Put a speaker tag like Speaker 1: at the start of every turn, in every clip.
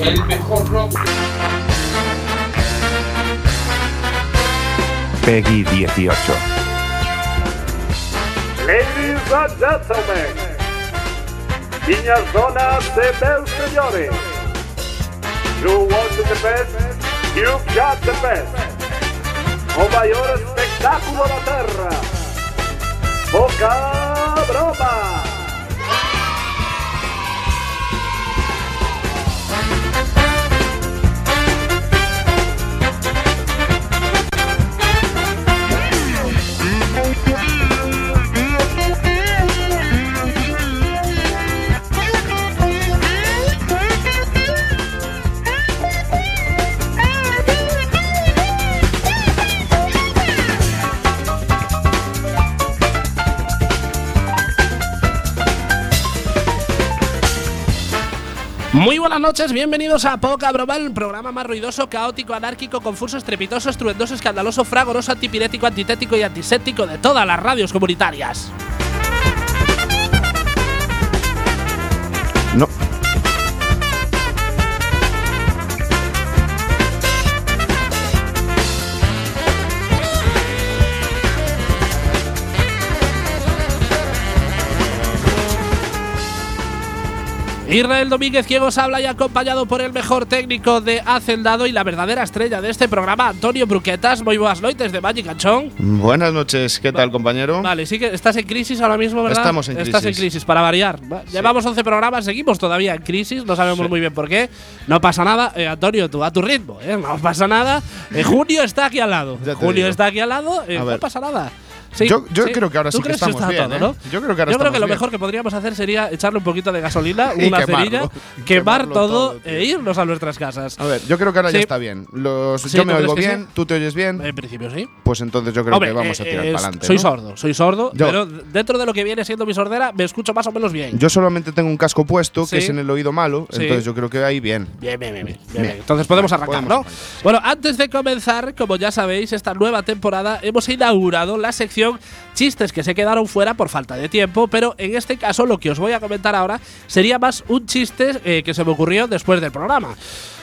Speaker 1: El mejor rock.
Speaker 2: Peggy 18.
Speaker 3: Ladies and gentlemen, niñas, donas y bells señores. You want the best, you've got the best. O mayor espectáculo de la tierra. Poca broma.
Speaker 4: Muy buenas noches, bienvenidos a Poca Broma, el programa más ruidoso, caótico, anárquico, confuso, estrepitoso, estruendoso, escandaloso, fragoroso, antipirético, antitético y antiséptico de todas las radios comunitarias.
Speaker 2: No.
Speaker 4: Israel Domínguez, quien os habla y acompañado por el mejor técnico de Hacendado y la verdadera estrella de este programa, Antonio Bruquetas. Muy buenas noches de Magic Anchón.
Speaker 5: Buenas noches, ¿qué tal, compañero?
Speaker 4: Vale, sí que estás en crisis ahora mismo, ¿verdad?
Speaker 5: Estamos en
Speaker 4: Estás en
Speaker 5: crisis.
Speaker 4: crisis, para variar. Va, Llevamos 11 programas, seguimos todavía en crisis, no sabemos muy bien por qué. No pasa nada, Eh, Antonio, tú a tu ritmo, ¿eh? no pasa nada. Eh, junio está aquí al lado.
Speaker 5: Ya te
Speaker 4: Junio
Speaker 5: digo.
Speaker 4: está aquí al lado, eh,
Speaker 5: A
Speaker 4: no
Speaker 5: ver.
Speaker 4: pasa nada. Sí,
Speaker 5: Yo- yo
Speaker 4: sí.
Speaker 5: creo que ahora
Speaker 4: ¿Tú
Speaker 5: sí que
Speaker 4: crees
Speaker 5: estamos
Speaker 4: está
Speaker 5: bien,
Speaker 4: todo,
Speaker 5: ¿eh?
Speaker 4: ¿no?
Speaker 5: Yo creo que ahora estamos
Speaker 4: lo
Speaker 5: bien.
Speaker 4: mejor que podríamos hacer sería echarle un poquito de gasolina,
Speaker 5: Y
Speaker 4: una
Speaker 5: quemarlo.
Speaker 4: cerilla, quemar,
Speaker 5: Quemarlo
Speaker 4: todo,
Speaker 5: todo, tío.
Speaker 4: e irnos a nuestras casas.
Speaker 5: A ver, yo creo que ahora
Speaker 4: Sí.
Speaker 5: ya está bien. Los,
Speaker 4: Sí,
Speaker 5: yo me
Speaker 4: ¿tú
Speaker 5: oigo
Speaker 4: crees que
Speaker 5: bien,
Speaker 4: sí?
Speaker 5: tú te oyes bien,
Speaker 4: En principio, sí.
Speaker 5: pues entonces yo creo
Speaker 4: Hombre,
Speaker 5: que vamos a
Speaker 4: eh,
Speaker 5: tirar
Speaker 4: eh,
Speaker 5: para adelante.
Speaker 4: Soy sordo, soy sordo,
Speaker 5: Yo-
Speaker 4: pero dentro de lo que viene siendo mi sordera, me escucho más o menos bien.
Speaker 5: Yo solamente tengo un casco puesto,
Speaker 4: Sí.
Speaker 5: que es en el oído malo,
Speaker 4: Sí.
Speaker 5: entonces yo creo que ahí bien.
Speaker 4: Bien, bien, bien, bien, bien, bien. Entonces podemos
Speaker 5: Vale,
Speaker 4: arrancar,
Speaker 5: podemos
Speaker 4: ¿no?
Speaker 5: arrancar, sí.
Speaker 4: Bueno, antes de comenzar, como ya sabéis, esta nueva temporada hemos inaugurado la sección chistes que se quedaron fuera por falta de tiempo, pero en este caso lo que os voy a comentar ahora sería más un chiste eh, que se me ocurrió después del programa.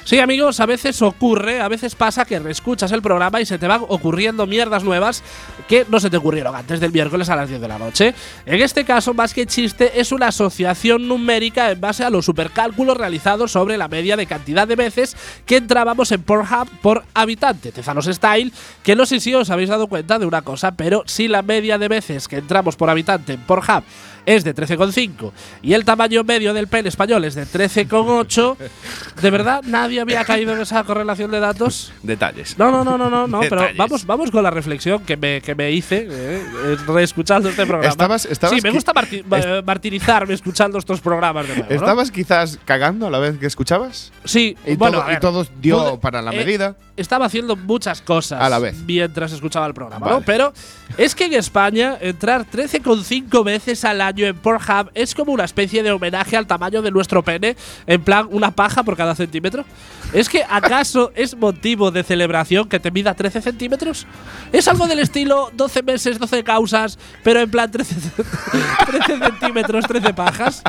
Speaker 4: Sí, amigos, a veces ocurre, a veces pasa que reescuchas el programa y se te van ocurriendo mierdas nuevas que no se te ocurrieron antes del miércoles a las 10 de la noche. En este caso, más que chiste, es una asociación numérica en base a los supercálculos realizados sobre la media de cantidad de veces que entrábamos en Pornhub por habitante, Tezanos Style, que no sé si os habéis dado cuenta de una cosa, pero si la media de veces que entramos por habitante en Pornhub es de 13,5 y el tamaño medio del pene español es de 13,8, ¿de verdad nadie había caído en esa correlación de datos?
Speaker 2: Detalles.
Speaker 4: No, no, no, no, no, no, pero
Speaker 2: Detalles.
Speaker 4: vamos, vamos con la reflexión que me, que me hice eh, eh, reescuchando este programa.
Speaker 5: Estabas- estabas
Speaker 4: sí, me
Speaker 5: qui-
Speaker 4: gusta marti- ma- martirizarme escuchando estos programas de nuevo, ¿no?
Speaker 5: ¿Estabas quizás cagando a la vez que escuchabas?
Speaker 4: Sí,
Speaker 5: Y,
Speaker 4: bueno,
Speaker 5: todo,
Speaker 4: a
Speaker 5: y
Speaker 4: ver,
Speaker 5: todo dio
Speaker 4: pude-
Speaker 5: para la
Speaker 4: eh,
Speaker 5: medida.
Speaker 4: Estaba haciendo muchas cosas
Speaker 5: A la vez.
Speaker 4: mientras escuchaba el programa, ¿no?
Speaker 5: Vale.
Speaker 4: Pero es que en España entrar 13,5 veces al año en Pornhub es como una especie de homenaje al tamaño de nuestro pene, en plan una paja por cada centímetro. ¿Es que acaso es motivo de celebración que te mida 13 centímetros? Es algo del estilo 12 meses, 12 causas, pero en plan 13, cent- 13 centímetros, 13 pajas.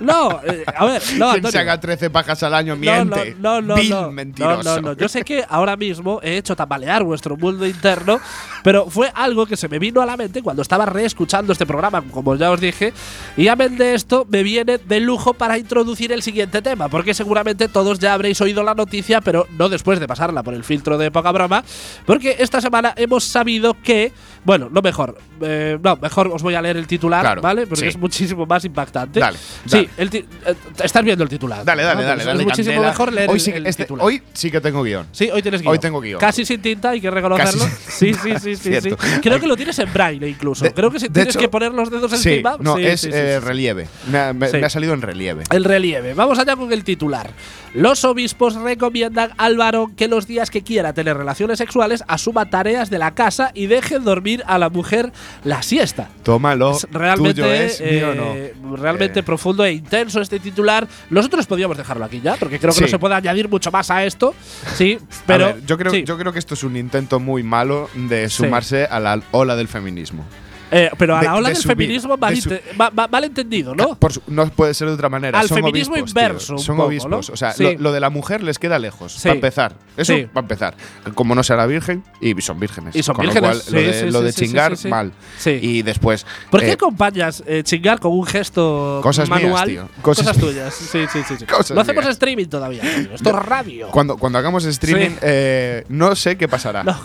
Speaker 4: No, eh, a ver, no,
Speaker 5: Quien se
Speaker 4: Antonio.
Speaker 5: haga 13 pajas al año
Speaker 4: No,
Speaker 5: miente.
Speaker 4: No, no, no,
Speaker 5: Vil
Speaker 4: no.
Speaker 5: mentiroso.
Speaker 4: No, no, no. Yo sé que ahora mismo he hecho tambalear vuestro mundo interno, pero fue algo que se me vino a la mente cuando estaba reescuchando este programa, como ya os dije. Y amén de esto, me viene de lujo para introducir el siguiente tema, porque seguramente todos ya habréis oído la noticia, pero no después de pasarla por el filtro de poca broma, porque esta semana hemos sabido que, bueno, no mejor, eh, no, mejor os voy a leer el titular,
Speaker 5: Claro,
Speaker 4: ¿vale? Porque
Speaker 5: sí.
Speaker 4: es muchísimo más impactante.
Speaker 5: Dale,
Speaker 4: Sí,
Speaker 5: dale.
Speaker 4: el ti- eh, estás viendo el titular.
Speaker 5: Dale, dale,
Speaker 4: ¿no?
Speaker 5: dale.
Speaker 4: Es
Speaker 5: dale,
Speaker 4: muchísimo
Speaker 5: Candela.
Speaker 4: mejor leer
Speaker 5: hoy
Speaker 4: el-
Speaker 5: sí,
Speaker 4: el
Speaker 5: este-
Speaker 4: titular.
Speaker 5: hoy sí que tengo guión.
Speaker 4: Sí, hoy tienes guión.
Speaker 5: Hoy tengo guión.
Speaker 4: Casi sin tinta, hay que reconocerlo. Sí, sí,
Speaker 5: Casi-
Speaker 4: sí, sí, sí.
Speaker 5: Cierto.
Speaker 4: Creo que lo tienes en braille incluso.
Speaker 5: De-
Speaker 4: Creo que si
Speaker 5: de
Speaker 4: tienes
Speaker 5: hecho-
Speaker 4: que poner los dedos
Speaker 5: Sí,
Speaker 4: encima.
Speaker 5: no,
Speaker 4: sí,
Speaker 5: es
Speaker 4: sí, sí,
Speaker 5: eh,
Speaker 4: sí.
Speaker 5: relieve. Me ha, me-
Speaker 4: Sí.
Speaker 5: me ha salido en relieve.
Speaker 4: El relieve. Vamos allá con el titular. Los obispos recomiendan al varón que los días que quiera tener relaciones sexuales asuma tareas de la casa y deje dormir a la mujer la siesta.
Speaker 5: Tómalo.
Speaker 4: Es realmente,
Speaker 5: tuyo es, mío
Speaker 4: eh,
Speaker 5: no.
Speaker 4: realmente
Speaker 5: Eh,
Speaker 4: profundo e intenso este titular. Nosotros podíamos dejarlo aquí ya, porque creo que no
Speaker 5: Sí.
Speaker 4: se puede añadir mucho más a esto. Sí,
Speaker 5: a
Speaker 4: pero.
Speaker 5: ver, yo, creo,
Speaker 4: sí.
Speaker 5: yo creo que esto es un intento muy malo de
Speaker 4: Sí.
Speaker 5: sumarse a la ola del feminismo.
Speaker 4: Eh, pero a
Speaker 5: De-
Speaker 4: la ola
Speaker 5: de
Speaker 4: del
Speaker 5: subir,
Speaker 4: feminismo mal,
Speaker 5: de su-
Speaker 4: inte- ma- ma- mal entendido, ¿no?
Speaker 5: Por su- no puede ser de otra manera.
Speaker 4: Al
Speaker 5: Son
Speaker 4: feminismo
Speaker 5: obispos, tío.
Speaker 4: inverso, un
Speaker 5: Son
Speaker 4: poco,
Speaker 5: obispos.
Speaker 4: ¿no?
Speaker 5: O sea,
Speaker 4: Sí.
Speaker 5: lo, lo de la mujer les queda lejos.
Speaker 4: Sí.
Speaker 5: Para empezar. Eso
Speaker 4: Sí.
Speaker 5: para empezar. Como no será virgen, y son vírgenes.
Speaker 4: Y son
Speaker 5: Con
Speaker 4: vírgenes,
Speaker 5: Lo cual, lo
Speaker 4: sí,
Speaker 5: de,
Speaker 4: sí,
Speaker 5: lo
Speaker 4: sí,
Speaker 5: de
Speaker 4: sí, sí,
Speaker 5: chingar,
Speaker 4: sí, sí.
Speaker 5: mal.
Speaker 4: Sí.
Speaker 5: Y después.
Speaker 4: ¿Por qué
Speaker 5: eh,
Speaker 4: acompañas eh, chingar con un gesto
Speaker 5: Cosas mías,
Speaker 4: manual?
Speaker 5: tío.
Speaker 4: Cosas,
Speaker 5: Cosas
Speaker 4: tuyas. Sí, sí, sí. sí.
Speaker 5: Cosas
Speaker 4: Lo hacemos
Speaker 5: mías.
Speaker 4: streaming todavía. tío. Esto es radio.
Speaker 5: cuando, cuando hagamos streaming,
Speaker 4: Sí.
Speaker 5: eh, no sé qué pasará.
Speaker 4: No,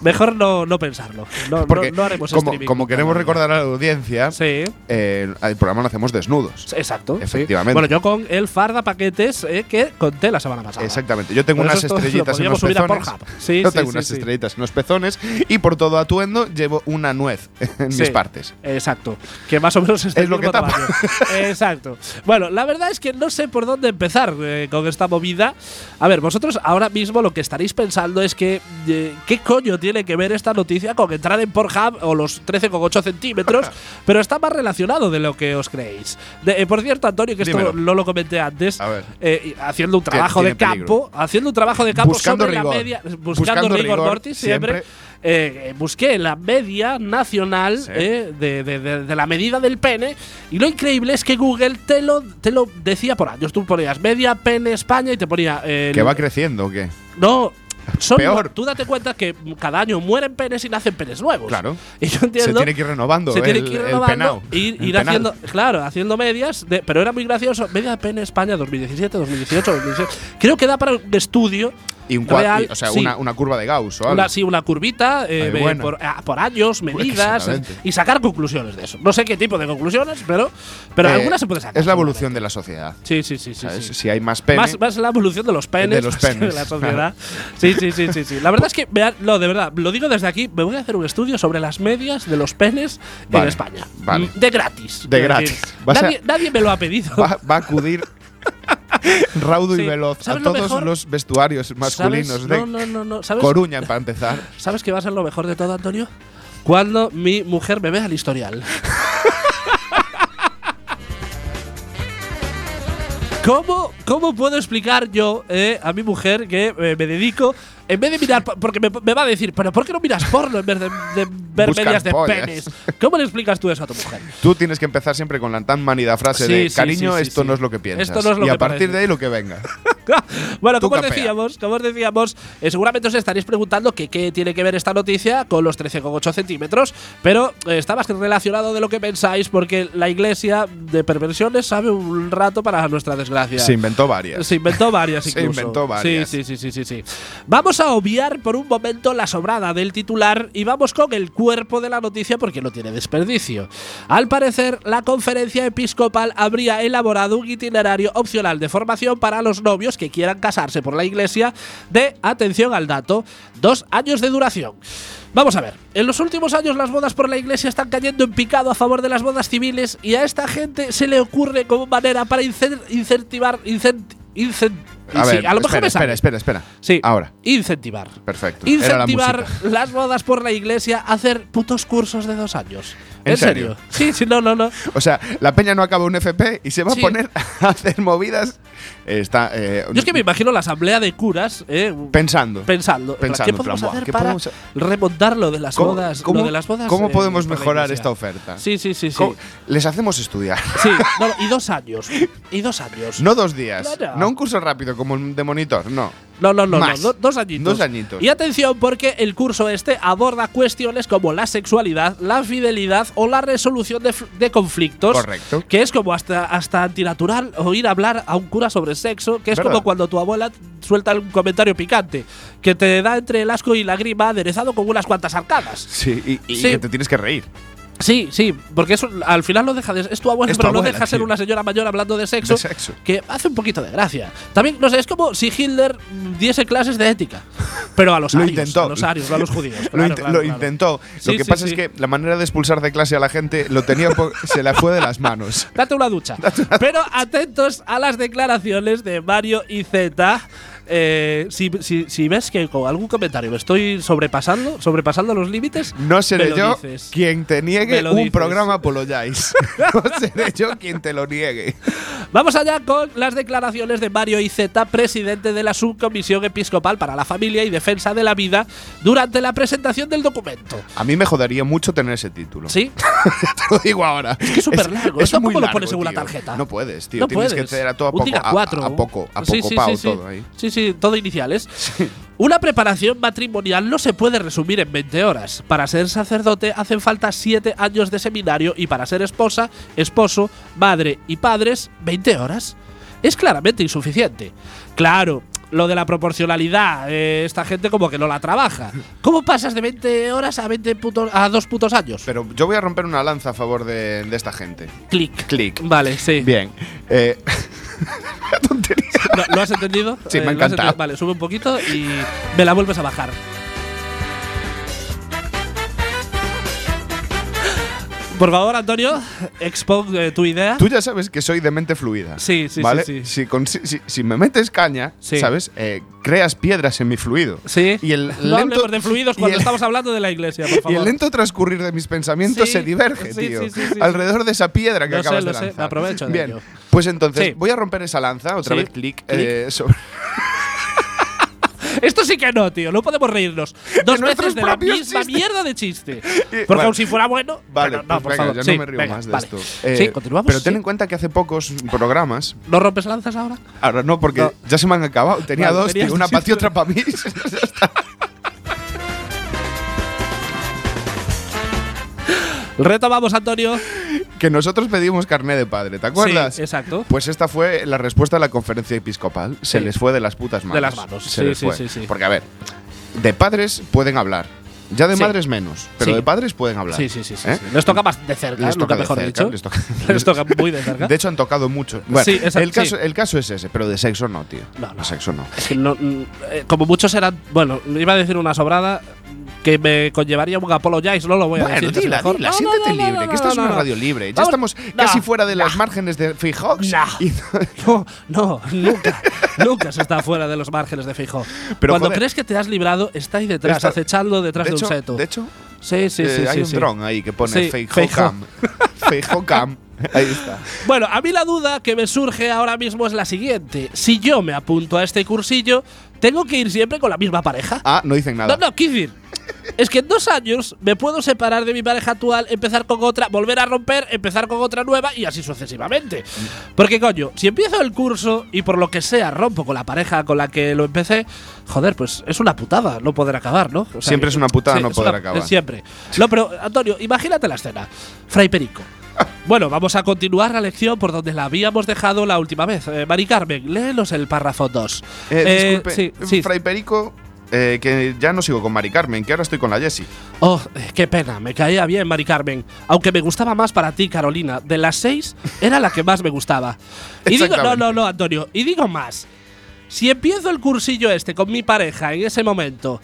Speaker 4: mejor no, no pensarlo. No, no-
Speaker 5: porque
Speaker 4: no, haremos
Speaker 5: como,
Speaker 4: streaming.
Speaker 5: como queremos recordar a la audiencia,
Speaker 4: Sí.
Speaker 5: eh, el programa lo hacemos desnudos.
Speaker 4: Exacto. sí.
Speaker 5: Efectivamente.
Speaker 4: Bueno, yo con el farda paquetes eh, que conté la semana pasada.
Speaker 5: Exactamente. Yo tengo
Speaker 4: Pero
Speaker 5: unas
Speaker 4: eso es todo, lo
Speaker 5: estrellitas en
Speaker 4: podríamos
Speaker 5: los
Speaker 4: subir a
Speaker 5: pezones.
Speaker 4: Pornhub. Sí,
Speaker 5: yo
Speaker 4: sí,
Speaker 5: tengo
Speaker 4: sí,
Speaker 5: unas
Speaker 4: sí.
Speaker 5: estrellitas en los pezones y por todo atuendo llevo una nuez en
Speaker 4: Sí,
Speaker 5: mis partes.
Speaker 4: Exacto. Que más o menos está
Speaker 5: Es lo
Speaker 4: el mismo
Speaker 5: que tapa.
Speaker 4: tamaño. Exacto. Bueno, la verdad es que no sé por dónde empezar eh, con esta movida. A ver, vosotros ahora mismo lo que estaréis pensando es que eh, qué coño tiene que ver esta noticia con entrar en Pornhub o los 13,8 centímetros, pero está más relacionado de lo que os creéis. De- eh, por cierto, Antonio, que esto
Speaker 5: Dímelo.
Speaker 4: no lo comenté antes,
Speaker 5: A ver.
Speaker 4: eh, y haciendo un trabajo
Speaker 5: tiene
Speaker 4: de campo, haciendo un trabajo de campo
Speaker 5: Buscando
Speaker 4: sobre
Speaker 5: rigor.
Speaker 4: la media, buscando,
Speaker 5: Buscando
Speaker 4: rigor,
Speaker 5: rigor,
Speaker 4: mortis siempre.
Speaker 5: siempre.
Speaker 4: Eh, eh, busqué la media nacional
Speaker 5: Sí.
Speaker 4: eh, de, de- de- de la medida del pene y lo increíble es que Google te lo, te lo decía por años. Tú ponías media pene España y te ponía… eh,
Speaker 5: ¿Que va creciendo o qué?
Speaker 4: No, son,
Speaker 5: Peor.
Speaker 4: tú date cuenta que cada año mueren penes y nacen penes nuevos.
Speaker 5: Claro.
Speaker 4: Y yo entiendo…
Speaker 5: Se tiene que ir renovando.
Speaker 4: se tiene
Speaker 5: el,
Speaker 4: que ir
Speaker 5: el
Speaker 4: renovando
Speaker 5: penao,
Speaker 4: y ir,
Speaker 5: el
Speaker 4: ir
Speaker 5: penal.
Speaker 4: haciendo, claro, haciendo medias, de- pero era muy gracioso. Media de pene España 2017, 2018, 2017. Creo que da para un estudio
Speaker 5: Y un cua-
Speaker 4: real,
Speaker 5: y- o sea,
Speaker 4: sí.
Speaker 5: una, una curva de Gauss o algo.
Speaker 4: una, sí, una curvita eh,
Speaker 5: Ay,
Speaker 4: ve-
Speaker 5: bueno.
Speaker 4: por, ah, por años, medidas eh,
Speaker 5: Exactamente.
Speaker 4: y sacar conclusiones de eso. No sé qué tipo de conclusiones, pero, pero
Speaker 5: Eh,
Speaker 4: algunas se puede sacar.
Speaker 5: Es la evolución de la sociedad.
Speaker 4: Sí, sí, sí, sí.
Speaker 5: ¿sabes?
Speaker 4: sí.
Speaker 5: Si hay más pene.
Speaker 4: Más, más la evolución de los penes,
Speaker 5: De los
Speaker 4: más que
Speaker 5: penes,
Speaker 4: la sociedad. Sí, sí, sí, sí, sí. La verdad es que, vea- no, de verdad, lo digo desde aquí, me voy a hacer un estudio sobre las medias de los penes en
Speaker 5: Vale,
Speaker 4: España.
Speaker 5: vale.
Speaker 4: Mm, De gratis.
Speaker 5: De
Speaker 4: quiero
Speaker 5: gratis.
Speaker 4: decir,
Speaker 5: Vas a-
Speaker 4: Nadie, nadie me lo ha pedido.
Speaker 5: va, va a acudir raudo
Speaker 4: Sí.
Speaker 5: y veloz a
Speaker 4: ¿Sabes lo
Speaker 5: todos
Speaker 4: mejor?
Speaker 5: los vestuarios
Speaker 4: ¿Sabes?
Speaker 5: masculinos de
Speaker 4: No, no, no, no. ¿Sabes?
Speaker 5: Coruña, para empezar.
Speaker 4: ¿Sabes qué va a ser lo mejor de todo, Antonio? Cuando mi mujer me vea el historial. ¿Cómo, ¿Cómo puedo explicar yo eh, a mi mujer que eh, me dedico, en vez de mirar, po- porque me, me va a decir, pero ¿por qué no miras porno en vez de, de ver
Speaker 5: Buscar
Speaker 4: medias de
Speaker 5: pollas".
Speaker 4: penes? ¿Cómo le explicas tú eso a tu mujer?
Speaker 5: Tú tienes que empezar siempre con la tan manida frase
Speaker 4: Sí,
Speaker 5: de
Speaker 4: sí,
Speaker 5: cariño,
Speaker 4: sí, sí,
Speaker 5: esto
Speaker 4: sí.
Speaker 5: no es lo que piensas.
Speaker 4: Esto no es lo
Speaker 5: y
Speaker 4: que
Speaker 5: a partir
Speaker 4: parece.
Speaker 5: de ahí lo que venga.
Speaker 4: bueno,
Speaker 5: Tú
Speaker 4: como os
Speaker 5: capea.
Speaker 4: decíamos, como os decíamos, eh, seguramente os estaréis preguntando que qué tiene que ver esta noticia con los 13,8 centímetros, pero eh, está más que relacionado de lo que pensáis, porque la iglesia de perversiones sabe un rato para nuestra desgracia.
Speaker 5: Se inventó varias.
Speaker 4: Se inventó varias
Speaker 5: Se
Speaker 4: incluso.
Speaker 5: inventó varias.
Speaker 4: Sí, sí, sí, sí, sí, sí. Vamos a obviar por un momento la sobrada del titular y vamos con el cuerpo de la noticia porque no tiene desperdicio. Al parecer, la conferencia episcopal habría elaborado un itinerario opcional de formación para los novios que quieran casarse por la iglesia de, atención al dato, dos años de duración. Vamos a ver, en los últimos años las bodas por la iglesia están cayendo en picado a favor de las bodas civiles y a esta gente se le ocurre como manera para incen- incentivar, incent- incent-
Speaker 5: A
Speaker 4: sí,
Speaker 5: ver,
Speaker 4: a lo mejor
Speaker 5: espera,
Speaker 4: me sale.
Speaker 5: espera, espera, espera.
Speaker 4: Sí.
Speaker 5: Ahora.
Speaker 4: Incentivar.
Speaker 5: Perfecto. Era la
Speaker 4: Incentivar
Speaker 5: música.
Speaker 4: las bodas por la iglesia a hacer putos cursos de dos años.
Speaker 5: ¿En
Speaker 4: serio? Sí, sí, no, no, no.
Speaker 5: O sea, la peña no acaba un FP y se va
Speaker 4: Sí.
Speaker 5: a poner a hacer movidas. Está. eh,
Speaker 4: Yo es que me imagino la asamblea de curas eh,
Speaker 5: Pensando.
Speaker 4: pensando,
Speaker 5: pensando,
Speaker 4: ¿qué
Speaker 5: en
Speaker 4: podemos
Speaker 5: plan, "Buah,
Speaker 4: hacer
Speaker 5: ¿qué
Speaker 4: para
Speaker 5: podemos hacer?".
Speaker 4: remontar lo de las
Speaker 5: ¿Cómo-
Speaker 4: bodas? lo
Speaker 5: cómo-
Speaker 4: de las bodas
Speaker 5: ¿Cómo
Speaker 4: eh,
Speaker 5: podemos
Speaker 4: por la
Speaker 5: mejorar
Speaker 4: iglesia?
Speaker 5: esta oferta?
Speaker 4: Sí, sí, sí, sí.
Speaker 5: ¿Cómo- Les hacemos estudiar.
Speaker 4: Sí, no, no, y dos años. Y dos años.
Speaker 5: No dos días.
Speaker 4: Claro.
Speaker 5: No un curso rápido como un de monitor, no.
Speaker 4: No, no, no,
Speaker 5: Más.
Speaker 4: no, do- dos añitos.
Speaker 5: Dos añitos.
Speaker 4: Y atención porque el curso este aborda cuestiones como la sexualidad, la fidelidad o la resolución de, fl- de conflictos.
Speaker 5: Correcto.
Speaker 4: Que es como hasta, hasta antinatural oír hablar a un cura sobre sexo, que es
Speaker 5: ¿Verdad?
Speaker 4: como cuando tu abuela suelta un comentario picante, que te da entre el asco y la grima aderezado con unas cuantas arcadas.
Speaker 5: Sí, y, y
Speaker 4: Sí.
Speaker 5: que te tienes que reír.
Speaker 4: Sí, sí, porque eso al final no deja de es tu abuela,
Speaker 5: Es tu
Speaker 4: pero no
Speaker 5: abuela,
Speaker 4: deja ser
Speaker 5: tío.
Speaker 4: una señora mayor hablando de sexo,
Speaker 5: De sexo.
Speaker 4: que hace un poquito de gracia. También, no sé, es como si Hitler mm, diese clases de ética, pero a los
Speaker 5: Lo
Speaker 4: arios,
Speaker 5: intentó.
Speaker 4: a los arios, no a los judíos.
Speaker 5: lo,
Speaker 4: claro,
Speaker 5: int-
Speaker 4: claro,
Speaker 5: lo
Speaker 4: claro.
Speaker 5: intentó.
Speaker 4: Sí,
Speaker 5: lo que
Speaker 4: sí,
Speaker 5: pasa
Speaker 4: sí.
Speaker 5: es que la manera de expulsar de clase a la gente lo tenía un po- se la fue de las manos.
Speaker 4: Date una ducha. Pero atentos a las declaraciones de Mario y Z. Eh, si, si- si ves que con algún comentario me estoy sobrepasando, sobrepasando los límites,
Speaker 5: No
Speaker 4: me
Speaker 5: seré
Speaker 4: lo
Speaker 5: yo
Speaker 4: dices.
Speaker 5: quien te
Speaker 4: Me
Speaker 5: niegue
Speaker 4: lo
Speaker 5: un
Speaker 4: dices.
Speaker 5: programa Apologize. no seré yo quien te lo niegue.
Speaker 4: Vamos allá con las declaraciones de Mario Iceta, presidente de la Subcomisión Episcopal para la Familia y, Def- defensa de la vida durante la presentación del documento.
Speaker 5: A mí me jodería mucho tener ese título.
Speaker 4: ¿Sí?
Speaker 5: Te lo digo ahora.
Speaker 4: Es que es súper largo.
Speaker 5: es
Speaker 4: Esto
Speaker 5: muy
Speaker 4: cómo lo
Speaker 5: largo,
Speaker 4: pones en una
Speaker 5: tío.
Speaker 4: tarjeta.
Speaker 5: No puedes, tío.
Speaker 4: No puedes.
Speaker 5: Tienes que hacer a todo a
Speaker 4: Un
Speaker 5: poco.
Speaker 4: día
Speaker 5: a- a-
Speaker 4: cuatro.
Speaker 5: A, poco, a poco
Speaker 4: Sí, sí,
Speaker 5: pao
Speaker 4: sí, sí.
Speaker 5: todo ahí.
Speaker 4: Sí, sí, todo iniciales. Una preparación matrimonial no se puede resumir en 20 horas. Para ser sacerdote hacen falta 7 años de seminario y para ser esposa, esposo, madre y padres, 20 horas. Es claramente insuficiente. Claro, lo de la proporcionalidad, eh, esta gente como que no la trabaja. ¿Cómo pasas de 20 horas a, 20 puto- a dos putos años?
Speaker 5: Pero yo voy a romper una lanza a favor de, de esta gente.
Speaker 4: Clic.
Speaker 5: Click.
Speaker 4: Vale, sí.
Speaker 5: Bien. Eh, tontería.
Speaker 4: ¿Lo, lo has entendido? Eh,
Speaker 5: Sí, me
Speaker 4: lo
Speaker 5: ha
Speaker 4: has
Speaker 5: encantado.
Speaker 4: enten- Vale, sube un poquito y me la vuelves a bajar. Por favor, Antonio, expon eh, tu idea.
Speaker 5: Tú ya sabes que soy de mente fluida.
Speaker 4: Sí, sí, sí,
Speaker 5: ¿vale?
Speaker 4: sí.
Speaker 5: Si, consi- si- si me metes caña,
Speaker 4: Sí.
Speaker 5: ¿sabes? Eh, creas piedras en mi fluido.
Speaker 4: Sí.
Speaker 5: Y el
Speaker 4: no
Speaker 5: lento-
Speaker 4: hablemos de fluidos
Speaker 5: y
Speaker 4: cuando
Speaker 5: el-
Speaker 4: estamos hablando de la iglesia, por favor.
Speaker 5: Y el lento transcurrir de mis pensamientos
Speaker 4: Sí,
Speaker 5: se diverge,
Speaker 4: sí,
Speaker 5: tío.
Speaker 4: sí, sí, sí, sí.
Speaker 5: alrededor de esa piedra que
Speaker 4: Lo sé,
Speaker 5: acabas
Speaker 4: lo
Speaker 5: de
Speaker 4: sé,
Speaker 5: lanzar.
Speaker 4: me aprovecho de
Speaker 5: Bien.
Speaker 4: ello.
Speaker 5: Pues entonces,
Speaker 4: Sí.
Speaker 5: voy a romper esa lanza, otra
Speaker 4: Sí.
Speaker 5: vez clic,
Speaker 4: Clic.
Speaker 5: eh, sobre
Speaker 4: Esto sí que no, tío. No podemos reírnos. Dos veces
Speaker 5: nuestros
Speaker 4: de la
Speaker 5: propios
Speaker 4: misma
Speaker 5: chistes.
Speaker 4: mierda de chiste. Porque
Speaker 5: Vale.
Speaker 4: aun si fuera bueno.
Speaker 5: Vale,
Speaker 4: pero no,
Speaker 5: pues
Speaker 4: por
Speaker 5: venga,
Speaker 4: favor.
Speaker 5: ya
Speaker 4: Sí,
Speaker 5: no me río
Speaker 4: venga,
Speaker 5: más de
Speaker 4: vale.
Speaker 5: esto.
Speaker 4: sí,
Speaker 5: Eh,
Speaker 4: continuamos.
Speaker 5: Pero
Speaker 4: Sí.
Speaker 5: ten en cuenta que hace pocos programas,
Speaker 4: ¿No rompes lanzas ahora?
Speaker 5: ahora no, porque
Speaker 4: No.
Speaker 5: ya se me han acabado. Tenía
Speaker 4: Vale,
Speaker 5: dos,
Speaker 4: tenías
Speaker 5: tío, una
Speaker 4: dos
Speaker 5: para ti,
Speaker 4: chistes.
Speaker 5: otra para mí.
Speaker 4: Retomamos, Antonio.
Speaker 5: que nosotros pedimos carné de padre, ¿te acuerdas?
Speaker 4: Sí, exacto.
Speaker 5: Pues esta fue la respuesta de la conferencia episcopal. Se
Speaker 4: Sí.
Speaker 5: les fue de las putas manos.
Speaker 4: De las manos,
Speaker 5: Se
Speaker 4: sí,
Speaker 5: les
Speaker 4: sí,
Speaker 5: fue.
Speaker 4: sí, sí.
Speaker 5: Porque, a ver, de padres pueden hablar. Ya de
Speaker 4: Sí.
Speaker 5: madres menos, pero
Speaker 4: Sí.
Speaker 5: de padres pueden hablar.
Speaker 4: Sí, sí, sí, sí,
Speaker 5: ¿Eh?
Speaker 4: sí. Les toca más de cerca,
Speaker 5: Les
Speaker 4: nunca
Speaker 5: toca de
Speaker 4: mejor
Speaker 5: cerca,
Speaker 4: dicho.
Speaker 5: les
Speaker 4: Les
Speaker 5: toca-
Speaker 4: toca, muy de cerca.
Speaker 5: De hecho, han tocado mucho. Bueno,
Speaker 4: Sí, esa-
Speaker 5: el, caso,
Speaker 4: sí.
Speaker 5: el caso es ese, pero de sexo no, tío.
Speaker 4: No, no.
Speaker 5: De sexo no.
Speaker 4: Es que no, mm, eh, como muchos eran. Bueno, iba a decir una sobrada que me conllevaría un Apolo Jais, no lo voy a
Speaker 5: Bueno,
Speaker 4: decir. que es
Speaker 5: dila,
Speaker 4: mejor.
Speaker 5: dila,
Speaker 4: No, no,
Speaker 5: siéntete
Speaker 4: no, no,
Speaker 5: libre,
Speaker 4: no,
Speaker 5: que esta es
Speaker 4: no,
Speaker 5: una
Speaker 4: no.
Speaker 5: radio libre. Ya
Speaker 4: Vamos-
Speaker 5: estamos
Speaker 4: No,
Speaker 5: casi fuera de las márgenes de Fijox.
Speaker 4: No.
Speaker 5: y-
Speaker 4: No, no, nunca, nunca se está fuera de los márgenes de fijo.
Speaker 5: Pero,
Speaker 4: Cuando
Speaker 5: joder.
Speaker 4: crees que te has librado, está ahí detrás,
Speaker 5: Está-
Speaker 4: acechando detrás de,
Speaker 5: de, hecho,
Speaker 4: un seto.
Speaker 5: de hecho,
Speaker 4: sí, sí,
Speaker 5: eh,
Speaker 4: sí.
Speaker 5: hay
Speaker 4: sí,
Speaker 5: un
Speaker 4: sí.
Speaker 5: dron ahí que pone
Speaker 4: Sí,
Speaker 5: Feijocam. Feijocam. Ahí está.
Speaker 4: Bueno, a mí la duda que me surge ahora mismo es la siguiente. Si yo me apunto a este cursillo, ¿tengo que ir siempre con la misma pareja?
Speaker 5: Ah, no dicen nada.
Speaker 4: No, no, quiero decir, Es que en dos años me puedo separar de mi pareja actual, empezar con otra, volver a romper, empezar con otra nueva y así sucesivamente. Porque, coño, si empiezo el curso y por lo que sea rompo con la pareja con la que lo empecé, joder, pues es una putada no poder acabar, ¿no? O sea,
Speaker 5: Siempre es una putada no
Speaker 4: es
Speaker 5: poder acabar.
Speaker 4: eh, Siempre. No, pero, Antonio, imagínate la escena. Fray Perico. Bueno, vamos a continuar la lección por donde la habíamos dejado la última vez. Eh, Mari Carmen, léenos el párrafo 2.
Speaker 5: Eh, disculpe, Fray Perico, eh, que ya no sigo con Mari Carmen, que ahora estoy con la Jessie.
Speaker 4: Oh, eh, qué pena, me caía bien, Mari Carmen. Aunque me gustaba más para ti, Carolina. De las seis, era la que más me gustaba. Y digo, no, no, no, Antonio. Y digo más. Si empiezo el cursillo este con mi pareja en ese momento,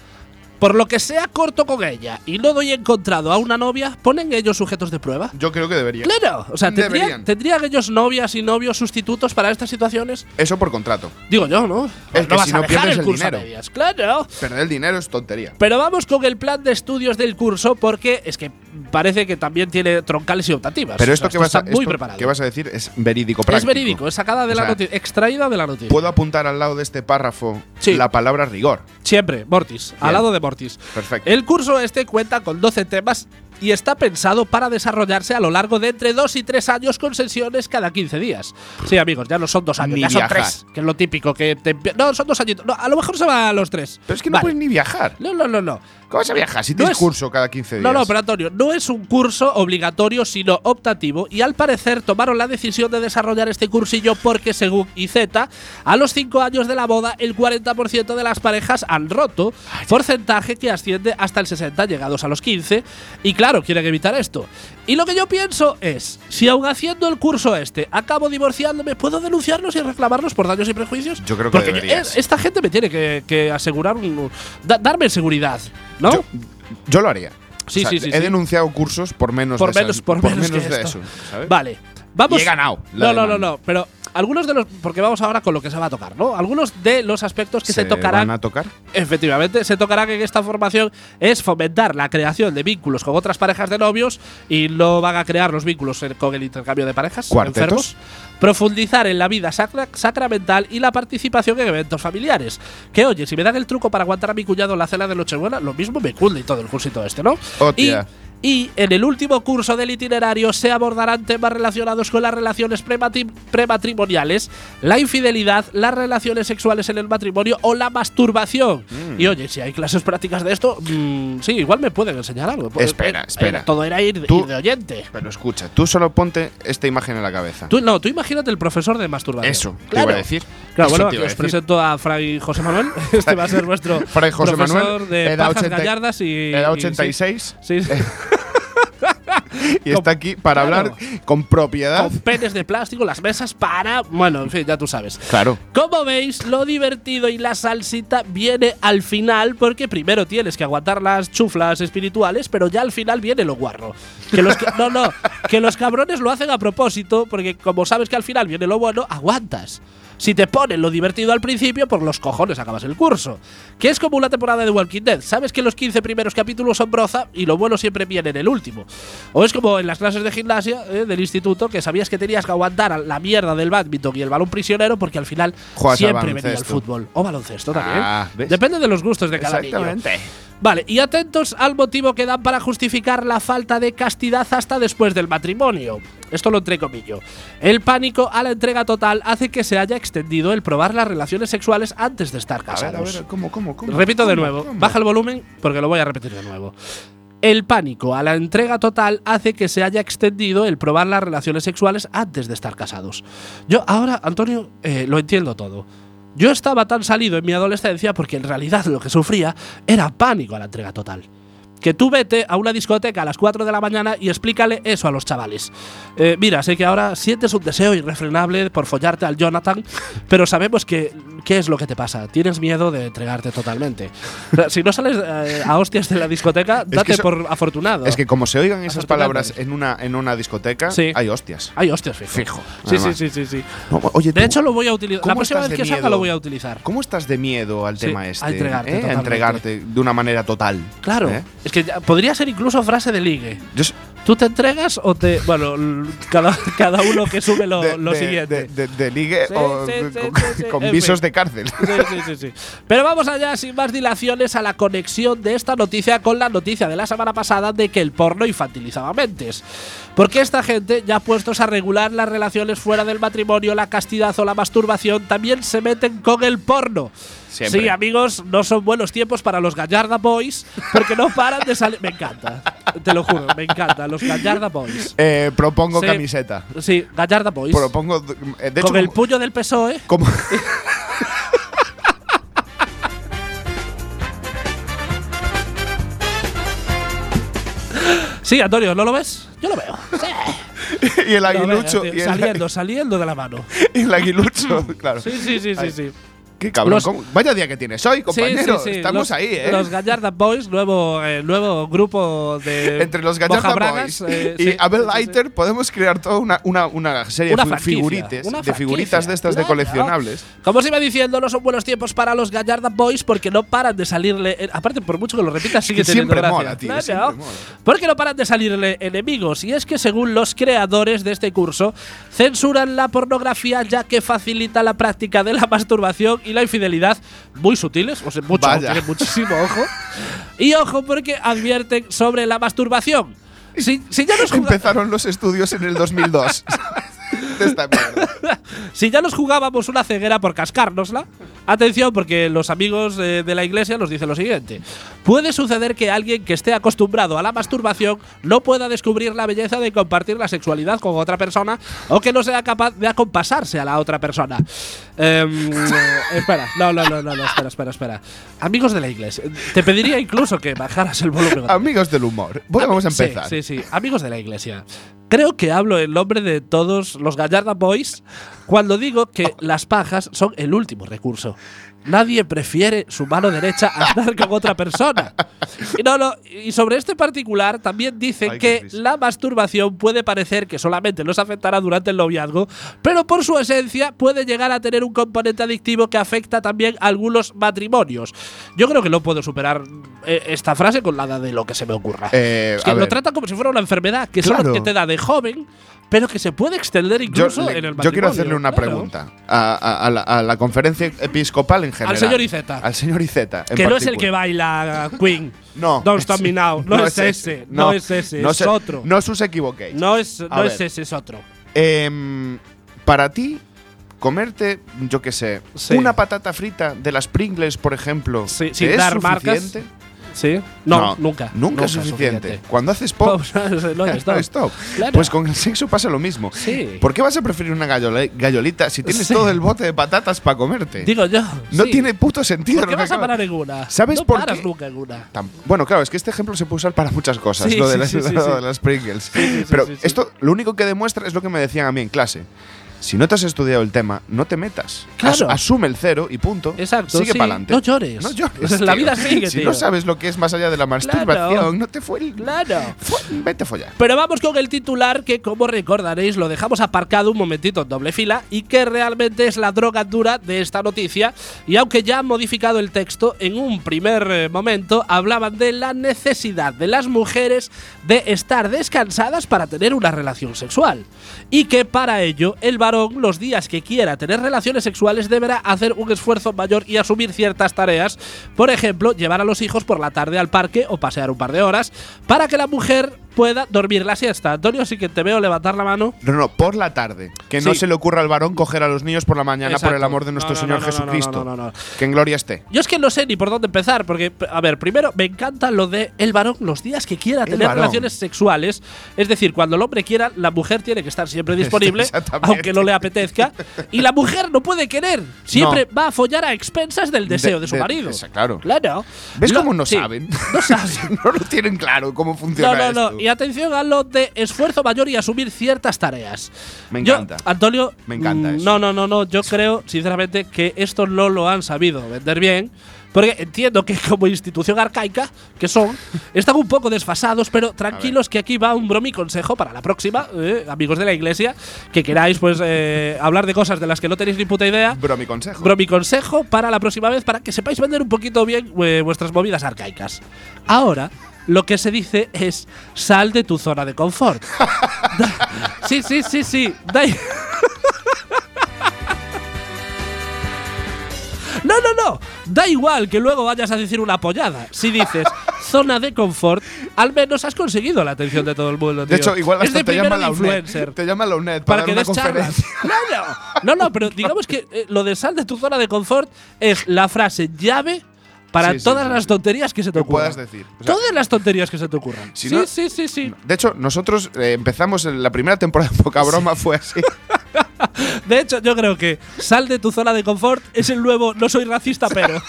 Speaker 4: por lo que sea corto con ella y no doy encontrado a una novia, ¿ponen ellos sujetos de prueba?
Speaker 5: Yo creo que debería.
Speaker 4: Claro, o sea,
Speaker 5: Deberían.
Speaker 4: ¿tendrían, ¿tendrían ellos novias y novios sustitutos para estas situaciones?
Speaker 5: Eso por contrato.
Speaker 4: Digo yo, ¿no? Pues
Speaker 5: Es que
Speaker 4: no vas
Speaker 5: si
Speaker 4: a
Speaker 5: no
Speaker 4: dejar
Speaker 5: pierdes
Speaker 4: el
Speaker 5: el
Speaker 4: curso a
Speaker 5: dinero.
Speaker 4: medias, claro.
Speaker 5: Perder el dinero es tontería.
Speaker 4: Pero vamos con el plan de estudios del curso porque es que parece que también tiene troncales y optativas.
Speaker 5: Pero
Speaker 4: O
Speaker 5: esto
Speaker 4: sea,
Speaker 5: que vas, a,
Speaker 4: está muy
Speaker 5: esto
Speaker 4: preparado.
Speaker 5: que vas a decir es verídico práctico.
Speaker 4: es verídico, es sacada de
Speaker 5: O
Speaker 4: la
Speaker 5: sea,
Speaker 4: noticia, extraída de la noticia.
Speaker 5: Puedo apuntar al lado de este párrafo
Speaker 4: Sí.
Speaker 5: la palabra rigor.
Speaker 4: Siempre, Mortis, al lado de Mortis.
Speaker 5: Perfecto.
Speaker 4: El curso este cuenta con 12 temas y está pensado para desarrollarse a lo largo de entre 2 y 3 años con sesiones cada 15 días. Sí, amigos, ya no son 2 años,
Speaker 5: Ni
Speaker 4: ya son
Speaker 5: viajar.
Speaker 4: 3, que es lo típico que te empie- No, son 2 añitos. No, a lo mejor se va a los 3.
Speaker 5: Pero es que no puedes ni viajar.
Speaker 4: No, no, no, no.
Speaker 5: ¿Cómo vas a viajar si
Speaker 4: No
Speaker 5: tienes
Speaker 4: es-
Speaker 5: curso cada 15 días?
Speaker 4: No, no, pero Antonio, no es un curso obligatorio, sino optativo, y al parecer tomaron la decisión de desarrollar este cursillo porque, según IZ, a los 5 años de la boda, el 40% de las parejas han roto, porcentaje que asciende hasta el 60, llegados a los 15, y claro, quieren evitar esto. Y lo que yo pienso es, si aún haciendo el curso este acabo divorciándome, ¿puedo denunciarlos y reclamarlos por daños y prejuicios?
Speaker 5: Yo creo que
Speaker 4: Porque yo-
Speaker 5: deberías.
Speaker 4: eh, esta gente me tiene que, que asegurar, un- da- darme seguridad, ¿no?
Speaker 5: Yo, yo lo haría.
Speaker 4: Sí, sí, sí,
Speaker 5: He
Speaker 4: sí.
Speaker 5: denunciado cursos por menos
Speaker 4: por
Speaker 5: de esa-
Speaker 4: menos, por menos que esto.
Speaker 5: de eso. ¿sabes?
Speaker 4: Vale. Vamos.
Speaker 5: Y he ganado la
Speaker 4: No, no, no,
Speaker 5: demanda.
Speaker 4: no. Pero algunos de los. Porque vamos ahora con lo que se va a tocar, ¿no? Algunos de los aspectos que se, tocarán.
Speaker 5: van a tocar?
Speaker 4: Efectivamente, se tocará que en esta formación es fomentar la creación de vínculos con otras parejas de novios y no van a crear los vínculos en- con el intercambio de parejas.
Speaker 5: ¿Cuartetos?
Speaker 4: enfermos. Profundizar en la vida sacra- sacramental y la participación en eventos familiares. Que oye, si me dan el truco para aguantar a mi cuñado en la cena de Nochebuena, lo mismo me cunde y todo el cursito este, ¿no?
Speaker 5: Hostia.
Speaker 4: Y, y en el último curso del itinerario se abordarán temas relacionados con las relaciones premati- prematrimoniales, la infidelidad, las relaciones sexuales en el matrimonio o la masturbación.
Speaker 5: Mm.
Speaker 4: Y oye, si hay clases prácticas de esto, mm, sí, igual me pueden enseñar algo. Pues,
Speaker 5: Espera,
Speaker 4: eh,
Speaker 5: espera.
Speaker 4: era- todo era ir,
Speaker 5: Tú-
Speaker 4: ir de oyente.
Speaker 5: Pero escucha, tú solo ponte esta imagen en la cabeza.
Speaker 4: Tú, no, tú imagínate el profesor de masturbación.
Speaker 5: Eso, te
Speaker 4: claro.
Speaker 5: iba a decir.
Speaker 4: Claro,
Speaker 5: Eso
Speaker 4: bueno,
Speaker 5: te
Speaker 4: aquí
Speaker 5: iba a
Speaker 4: os
Speaker 5: decir.
Speaker 4: presento a Fray José Manuel. Este va a ser nuestro
Speaker 5: Fray José
Speaker 4: profesor
Speaker 5: Manuel
Speaker 4: de
Speaker 5: era
Speaker 4: pajas
Speaker 5: 80
Speaker 4: gallardas y…
Speaker 5: Era
Speaker 4: y- sí.
Speaker 5: 86
Speaker 4: Sí, sí.
Speaker 5: y está aquí para
Speaker 4: Claro.
Speaker 5: hablar con propiedad.
Speaker 4: con penes de plástico, las mesas para. Bueno, en fin, ya tú sabes.
Speaker 5: Claro.
Speaker 4: Como veis, lo divertido y la salsita viene al final, porque primero tienes que aguantar las chuflas espirituales, pero ya al final viene lo guarro. Que los ca- no, no, que los cabrones lo hacen a propósito, porque como sabes que al final viene lo bueno, aguantas. Si te ponen lo divertido al principio, por los cojones acabas el curso. Que es como una temporada de Walking Dead. Sabes que los 15 primeros capítulos son broza y lo bueno siempre viene en el último. O es como en las clases de gimnasia eh, del instituto, que sabías que tenías que aguantar a la mierda del badminton y el balón prisionero porque al final
Speaker 5: Juegas al
Speaker 4: siempre venía el
Speaker 5: baloncesto.
Speaker 4: fútbol. O baloncesto también.
Speaker 5: Ah, ¿ves?
Speaker 4: Depende de los gustos de cada niño. Vale, y atentos al motivo que dan para justificar la falta de castidad hasta después del matrimonio. Esto lo entrecomillo. El pánico a la entrega total hace que se haya extendido el probar las relaciones sexuales antes de estar
Speaker 5: A ver,
Speaker 4: casados.
Speaker 5: a ver, ¿cómo, cómo, cómo?
Speaker 4: Repito de
Speaker 5: ¿Cómo,
Speaker 4: nuevo,
Speaker 5: cómo?
Speaker 4: baja el volumen porque lo voy a repetir de nuevo. El pánico a la entrega total hace que se haya extendido el probar las relaciones sexuales antes de estar casados. Yo ahora, Antonio, eh, lo entiendo todo. Yo estaba tan salido en mi adolescencia porque en realidad lo que sufría era pánico a la entrega total. Que tú vete a una discoteca a las 4 de la mañana y explícale eso a los chavales. Eh, mira, sé que ahora sientes un deseo irrefrenable por follarte al Jonathan, pero sabemos que qué es lo que te pasa. Tienes miedo de entregarte totalmente. O sea, si no sales eh, a hostias de la discoteca,
Speaker 5: que
Speaker 4: date
Speaker 5: eso-
Speaker 4: por afortunado.
Speaker 5: Es que como se oigan esas palabras
Speaker 4: Afortunadamente.
Speaker 5: en una, en una discoteca,
Speaker 4: Sí.
Speaker 5: hay hostias.
Speaker 4: Ay, hostias, fijo.
Speaker 5: Fijo,
Speaker 4: Sí, sí,
Speaker 5: además.
Speaker 4: sí, sí, sí.
Speaker 5: No, oye,
Speaker 4: De
Speaker 5: tú,
Speaker 4: hecho, lo voy a utilizar. La
Speaker 5: ¿cómo
Speaker 4: próxima
Speaker 5: estás
Speaker 4: vez
Speaker 5: de
Speaker 4: que salga
Speaker 5: miedo?
Speaker 4: lo voy a utilizar.
Speaker 5: ¿Cómo estás de miedo al
Speaker 4: Sí,
Speaker 5: tema este?
Speaker 4: a entregarte
Speaker 5: ¿eh? A
Speaker 4: totalmente.
Speaker 5: entregarte de una manera total.
Speaker 4: Claro.
Speaker 5: ¿eh?
Speaker 4: Es que ya- podría ser incluso frase de ligue.
Speaker 5: Yo s-
Speaker 4: ¿Tú te entregas o te.? Bueno, l- cada, cada uno que sube lo,
Speaker 5: de-
Speaker 4: lo
Speaker 5: de-
Speaker 4: siguiente.
Speaker 5: De, de- de ligue
Speaker 4: Sí,
Speaker 5: o
Speaker 4: sí, sí,
Speaker 5: con,
Speaker 4: sí, sí.
Speaker 5: con
Speaker 4: En
Speaker 5: visos
Speaker 4: fin.
Speaker 5: de cárcel.
Speaker 4: Sí, sí, sí, sí. Pero vamos allá, sin más dilaciones, a la conexión de esta noticia con la noticia de la semana pasada de que el porno infantilizaba mentes. Porque esta gente, ya puestos a regular las relaciones fuera del matrimonio, la castidad o la masturbación, también se meten con el porno.
Speaker 5: Siempre.
Speaker 4: Sí, amigos, no son buenos tiempos para los Gallarda Boys, porque no paran de salir. Me encanta, te lo juro, me encanta, los Gallarda Boys.
Speaker 5: Eh, propongo
Speaker 4: Sí.
Speaker 5: camiseta.
Speaker 4: Sí, Gallarda Boys.
Speaker 5: Propongo. eh, De hecho,
Speaker 4: con el
Speaker 5: como-
Speaker 4: puño del PSOE.
Speaker 5: como,
Speaker 4: Sí, Antonio, ¿no lo ves? Yo lo veo.
Speaker 5: y el
Speaker 4: Lo veo,
Speaker 5: aguilucho.
Speaker 4: tío,
Speaker 5: y, el,
Speaker 4: eh, saliendo, saliendo de la mano.
Speaker 5: y el aguilucho, claro.
Speaker 4: Sí, sí, sí, sí,
Speaker 5: Ay,
Speaker 4: sí.
Speaker 5: Qué cabrón.
Speaker 4: Los-
Speaker 5: ¿cómo? Vaya día que tienes hoy, compañero.
Speaker 4: Sí, sí, sí. Los-
Speaker 5: Estamos ahí, ¿eh?
Speaker 4: Los Gallarda Boys, nuevo, eh, nuevo grupo de.
Speaker 5: Entre los Gallarda
Speaker 4: mojabragas,
Speaker 5: Boys
Speaker 4: eh,
Speaker 5: y
Speaker 4: sí,
Speaker 5: Abel
Speaker 4: sí, sí, sí.
Speaker 5: Leiter podemos crear toda una, una, una serie
Speaker 4: Una
Speaker 5: de fi-
Speaker 4: franquicia,
Speaker 5: figurites,
Speaker 4: una
Speaker 5: de figuritas de
Speaker 4: franquicia,
Speaker 5: estas de
Speaker 4: claro.
Speaker 5: coleccionables.
Speaker 4: Como os iba diciendo, no son buenos tiempos para los Gallarda Boys porque no paran de salirle. eh, Aparte, por mucho que lo repitas, sigue
Speaker 5: que
Speaker 4: teniendo
Speaker 5: siempre
Speaker 4: gracia.
Speaker 5: mola, tío,
Speaker 4: Claro,
Speaker 5: siempre
Speaker 4: ¿no?
Speaker 5: mola.
Speaker 4: Porque no paran de salirle enemigos. Y es que, según los creadores de este curso, censuran la pornografía ya que facilita la práctica de la masturbación y la infidelidad muy sutiles. O sea, mucho,
Speaker 5: Vaya.
Speaker 4: tienen muchísimo ojo. Y ojo, porque advierten sobre la masturbación. Si, si ya nos jugamos-
Speaker 5: Empezaron los estudios en el 2002. de esta mierda.
Speaker 4: Si ya nos jugábamos una ceguera por cascárnosla, atención porque los amigos eh, de la iglesia nos dicen lo siguiente. Puede suceder que alguien que esté acostumbrado a la masturbación no pueda descubrir la belleza de compartir la sexualidad con otra persona o que no sea capaz de acompasarse a la otra persona. Em, eh, espera, no, no, no, no, no, espera, espera, espera. Amigos de la iglesia, te pediría incluso que bajaras el volumen.
Speaker 5: Amigos del humor. Bueno, vamos a
Speaker 4: Sí,
Speaker 5: empezar.
Speaker 4: Sí, sí, Amigos de la iglesia. Creo que hablo en nombre de todos los Gallarda Boys Cuando digo
Speaker 5: Oh.
Speaker 4: que las pajas son el último recurso. Nadie prefiere su mano derecha a andar con otra persona. Y, no, no, y sobre este particular también dicen
Speaker 5: Ay, qué
Speaker 4: que
Speaker 5: triste.
Speaker 4: la masturbación puede parecer que solamente los afectará durante el noviazgo, pero por su esencia puede llegar a tener un componente adictivo que afecta también a algunos matrimonios. Yo creo que no puedo superar eh, esta frase con nada de lo que se me ocurra.
Speaker 5: Eh,
Speaker 4: Es que
Speaker 5: a
Speaker 4: lo
Speaker 5: ver,
Speaker 4: trata como si fuera una enfermedad que
Speaker 5: Claro.
Speaker 4: solo que te da de joven, pero que se puede extender
Speaker 5: yo,
Speaker 4: incluso
Speaker 5: le-
Speaker 4: en el matrimonio.
Speaker 5: yo quiero hacerle una
Speaker 4: claro.
Speaker 5: pregunta a, a- a la, a la conferencia episcopal en general.
Speaker 4: señor Iceta.
Speaker 5: Al señor Iceta. en
Speaker 4: Que no es el
Speaker 5: particular.
Speaker 4: que baila Queen.
Speaker 5: No.
Speaker 4: Don't Stop Me Now. No, es ese. No, es ese. es otro.
Speaker 5: No os equivoquéis.
Speaker 4: No es,
Speaker 5: A
Speaker 4: no es
Speaker 5: ver.
Speaker 4: ese, es otro.
Speaker 5: Em, para ti, comerte, yo qué sé,
Speaker 4: Sí.
Speaker 5: una patata frita de las Pringles, por ejemplo,
Speaker 4: Sí,
Speaker 5: ¿te
Speaker 4: sin
Speaker 5: es
Speaker 4: dar marcas.
Speaker 5: suficiente?
Speaker 4: ¿Sí? No, nunca.
Speaker 5: Nunca es suficiente. Cuando haces pop,
Speaker 4: Pausa, no,
Speaker 5: no,
Speaker 4: stop.
Speaker 5: stop.
Speaker 4: Claro.
Speaker 5: Pues con el sexo pasa lo mismo.
Speaker 4: Sí.
Speaker 5: ¿Por qué vas a preferir una gallole- gallolita si tienes
Speaker 4: Sí.
Speaker 5: todo el bote de patatas para comerte?
Speaker 4: Digo yo.
Speaker 5: no
Speaker 4: sí.
Speaker 5: tiene puto sentido.
Speaker 4: ¿Por qué
Speaker 5: lo que
Speaker 4: vas a
Speaker 5: acaba-
Speaker 4: parar en una?
Speaker 5: ¿Sabes
Speaker 4: no
Speaker 5: por
Speaker 4: paras
Speaker 5: qué?
Speaker 4: nunca en una.
Speaker 5: Tam- Bueno, claro, es que este ejemplo se puede usar para muchas cosas,
Speaker 4: Sí,
Speaker 5: lo de,
Speaker 4: sí,
Speaker 5: las,
Speaker 4: sí, sí,
Speaker 5: lo de
Speaker 4: sí.
Speaker 5: las Pringles.
Speaker 4: sí, sí,
Speaker 5: Pero
Speaker 4: sí, sí.
Speaker 5: esto lo único que demuestra es lo que me decían a mí en clase. Si no te has estudiado el tema, no te metas.
Speaker 4: Claro.
Speaker 5: As- asume el cero y punto.
Speaker 4: Exacto,
Speaker 5: Sigue
Speaker 4: sí.
Speaker 5: para adelante.
Speaker 4: No llores.
Speaker 5: No llores.
Speaker 4: La
Speaker 5: tío.
Speaker 4: vida sigue,
Speaker 5: Si
Speaker 4: tío.
Speaker 5: no sabes lo que es más allá de la masturbación,
Speaker 4: Claro.
Speaker 5: no te fue el.
Speaker 4: Claro.
Speaker 5: Fu- Vete a follar.
Speaker 4: Pero vamos con el titular que, como recordaréis, lo dejamos aparcado un momentito en doble fila y que realmente es la droga dura de esta noticia. Y aunque ya han modificado el texto, en un primer eh, momento hablaban de la necesidad de las mujeres de estar descansadas para tener una relación sexual. Y que para ello el varón, los días que quiera tener relaciones sexuales, deberá hacer un esfuerzo mayor y asumir ciertas tareas. Por ejemplo, llevar a los hijos por la tarde al parque o pasear un par de horas para que la mujer pueda dormir la siesta. Antonio, sí que te veo levantar la mano.
Speaker 5: No, no, por la tarde. Que no
Speaker 4: Sí.
Speaker 5: se le ocurra al varón coger a los niños por la mañana por el
Speaker 4: Exacto.
Speaker 5: amor de
Speaker 4: No,
Speaker 5: nuestro
Speaker 4: no, no,
Speaker 5: Señor
Speaker 4: no, no,
Speaker 5: Jesucristo.
Speaker 4: no, no, no.
Speaker 5: Que en gloria esté.
Speaker 4: Yo es que no sé ni por dónde empezar, porque, p- a ver, primero me encanta lo de el varón los días que quiera tener
Speaker 5: varón.
Speaker 4: relaciones sexuales. Es decir, cuando el hombre quiera, la mujer tiene que estar siempre disponible,
Speaker 5: Exactamente.
Speaker 4: aunque no le apetezca. Y la mujer no puede querer. Siempre va a follar a expensas del deseo de, su
Speaker 5: de-
Speaker 4: marido.
Speaker 5: esa, claro.
Speaker 4: Claro.
Speaker 5: ¿Ves
Speaker 4: Lo-
Speaker 5: cómo no
Speaker 4: sí.
Speaker 5: saben?
Speaker 4: No saben.
Speaker 5: no lo tienen claro cómo
Speaker 4: No,
Speaker 5: funciona
Speaker 4: no,
Speaker 5: esto.
Speaker 4: no. Y atención a lo de esfuerzo mayor y asumir ciertas tareas.
Speaker 5: Me
Speaker 4: Yo,
Speaker 5: encanta.
Speaker 4: Antonio.
Speaker 5: Me encanta
Speaker 4: mm,
Speaker 5: eso.
Speaker 4: No, no, no, no. Yo creo, sinceramente, que esto no lo han sabido vender bien. Porque entiendo que como institución arcaica que son, están un poco desfasados, pero tranquilos que aquí va un bromi consejo para la próxima, eh, amigos de la iglesia, que queráis pues eh, hablar de cosas de las que no tenéis ni puta idea.
Speaker 5: Bro, mi consejo.
Speaker 4: Bro, mi consejo para la próxima vez, para que sepáis vender un poquito bien eh, vuestras movidas arcaicas. Ahora, lo que se dice es, sal de tu zona de confort. Da- sí, sí, sí, sí. da i- No, no, no. Da igual que luego vayas a decir una pollada. Si dices zona de confort, al menos has conseguido la atención de todo el mundo.
Speaker 5: de
Speaker 4: tío.
Speaker 5: hecho, igual
Speaker 4: es
Speaker 5: hasta
Speaker 4: de
Speaker 5: te
Speaker 4: primero
Speaker 5: llama
Speaker 4: de
Speaker 5: la UNED.
Speaker 4: influencer
Speaker 5: Te llama la UNED para,
Speaker 4: para, que
Speaker 5: dar
Speaker 4: des
Speaker 5: una
Speaker 4: charlas.
Speaker 5: conferencia.
Speaker 4: Claro. No, no, pero digamos que eh, lo de sal de tu zona de confort es la frase llave para
Speaker 5: Sí, sí,
Speaker 4: todas
Speaker 5: sí,
Speaker 4: las
Speaker 5: sí.
Speaker 4: tonterías que se te
Speaker 5: Que
Speaker 4: ocurran.
Speaker 5: puedas decir. O sea,
Speaker 4: todas las tonterías que se te ocurran.
Speaker 5: si
Speaker 4: sí,
Speaker 5: no-
Speaker 4: sí, sí, sí.
Speaker 5: De hecho, nosotros eh, empezamos en la primera temporada de Poca Broma, fue así.
Speaker 4: De hecho, yo creo que sal de tu zona de confort es el nuevo no soy racista, pero.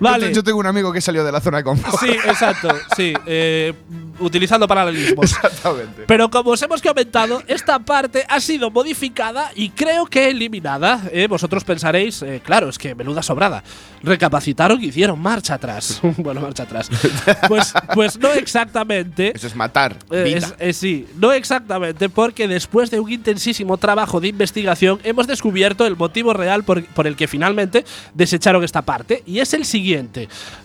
Speaker 5: Yo te- Yo tengo un amigo que salió de la zona de confort.
Speaker 4: Sí, exacto, sí. eh, utilizando paralelismos.
Speaker 5: Exactamente.
Speaker 4: Pero como os hemos comentado, esta parte ha sido modificada y creo que eliminada. Eh, vosotros pensaréis, eh, claro, es que menuda sobrada. Recapacitaron y hicieron marcha atrás. bueno, marcha atrás. Pues, pues no exactamente.
Speaker 5: Eso es matar.
Speaker 4: Eh,
Speaker 5: vida.
Speaker 4: es- eh, sí, no exactamente, porque después de un intensísimo trabajo de investigación hemos descubierto el motivo real por, por el que finalmente desecharon esta parte y es el siguiente.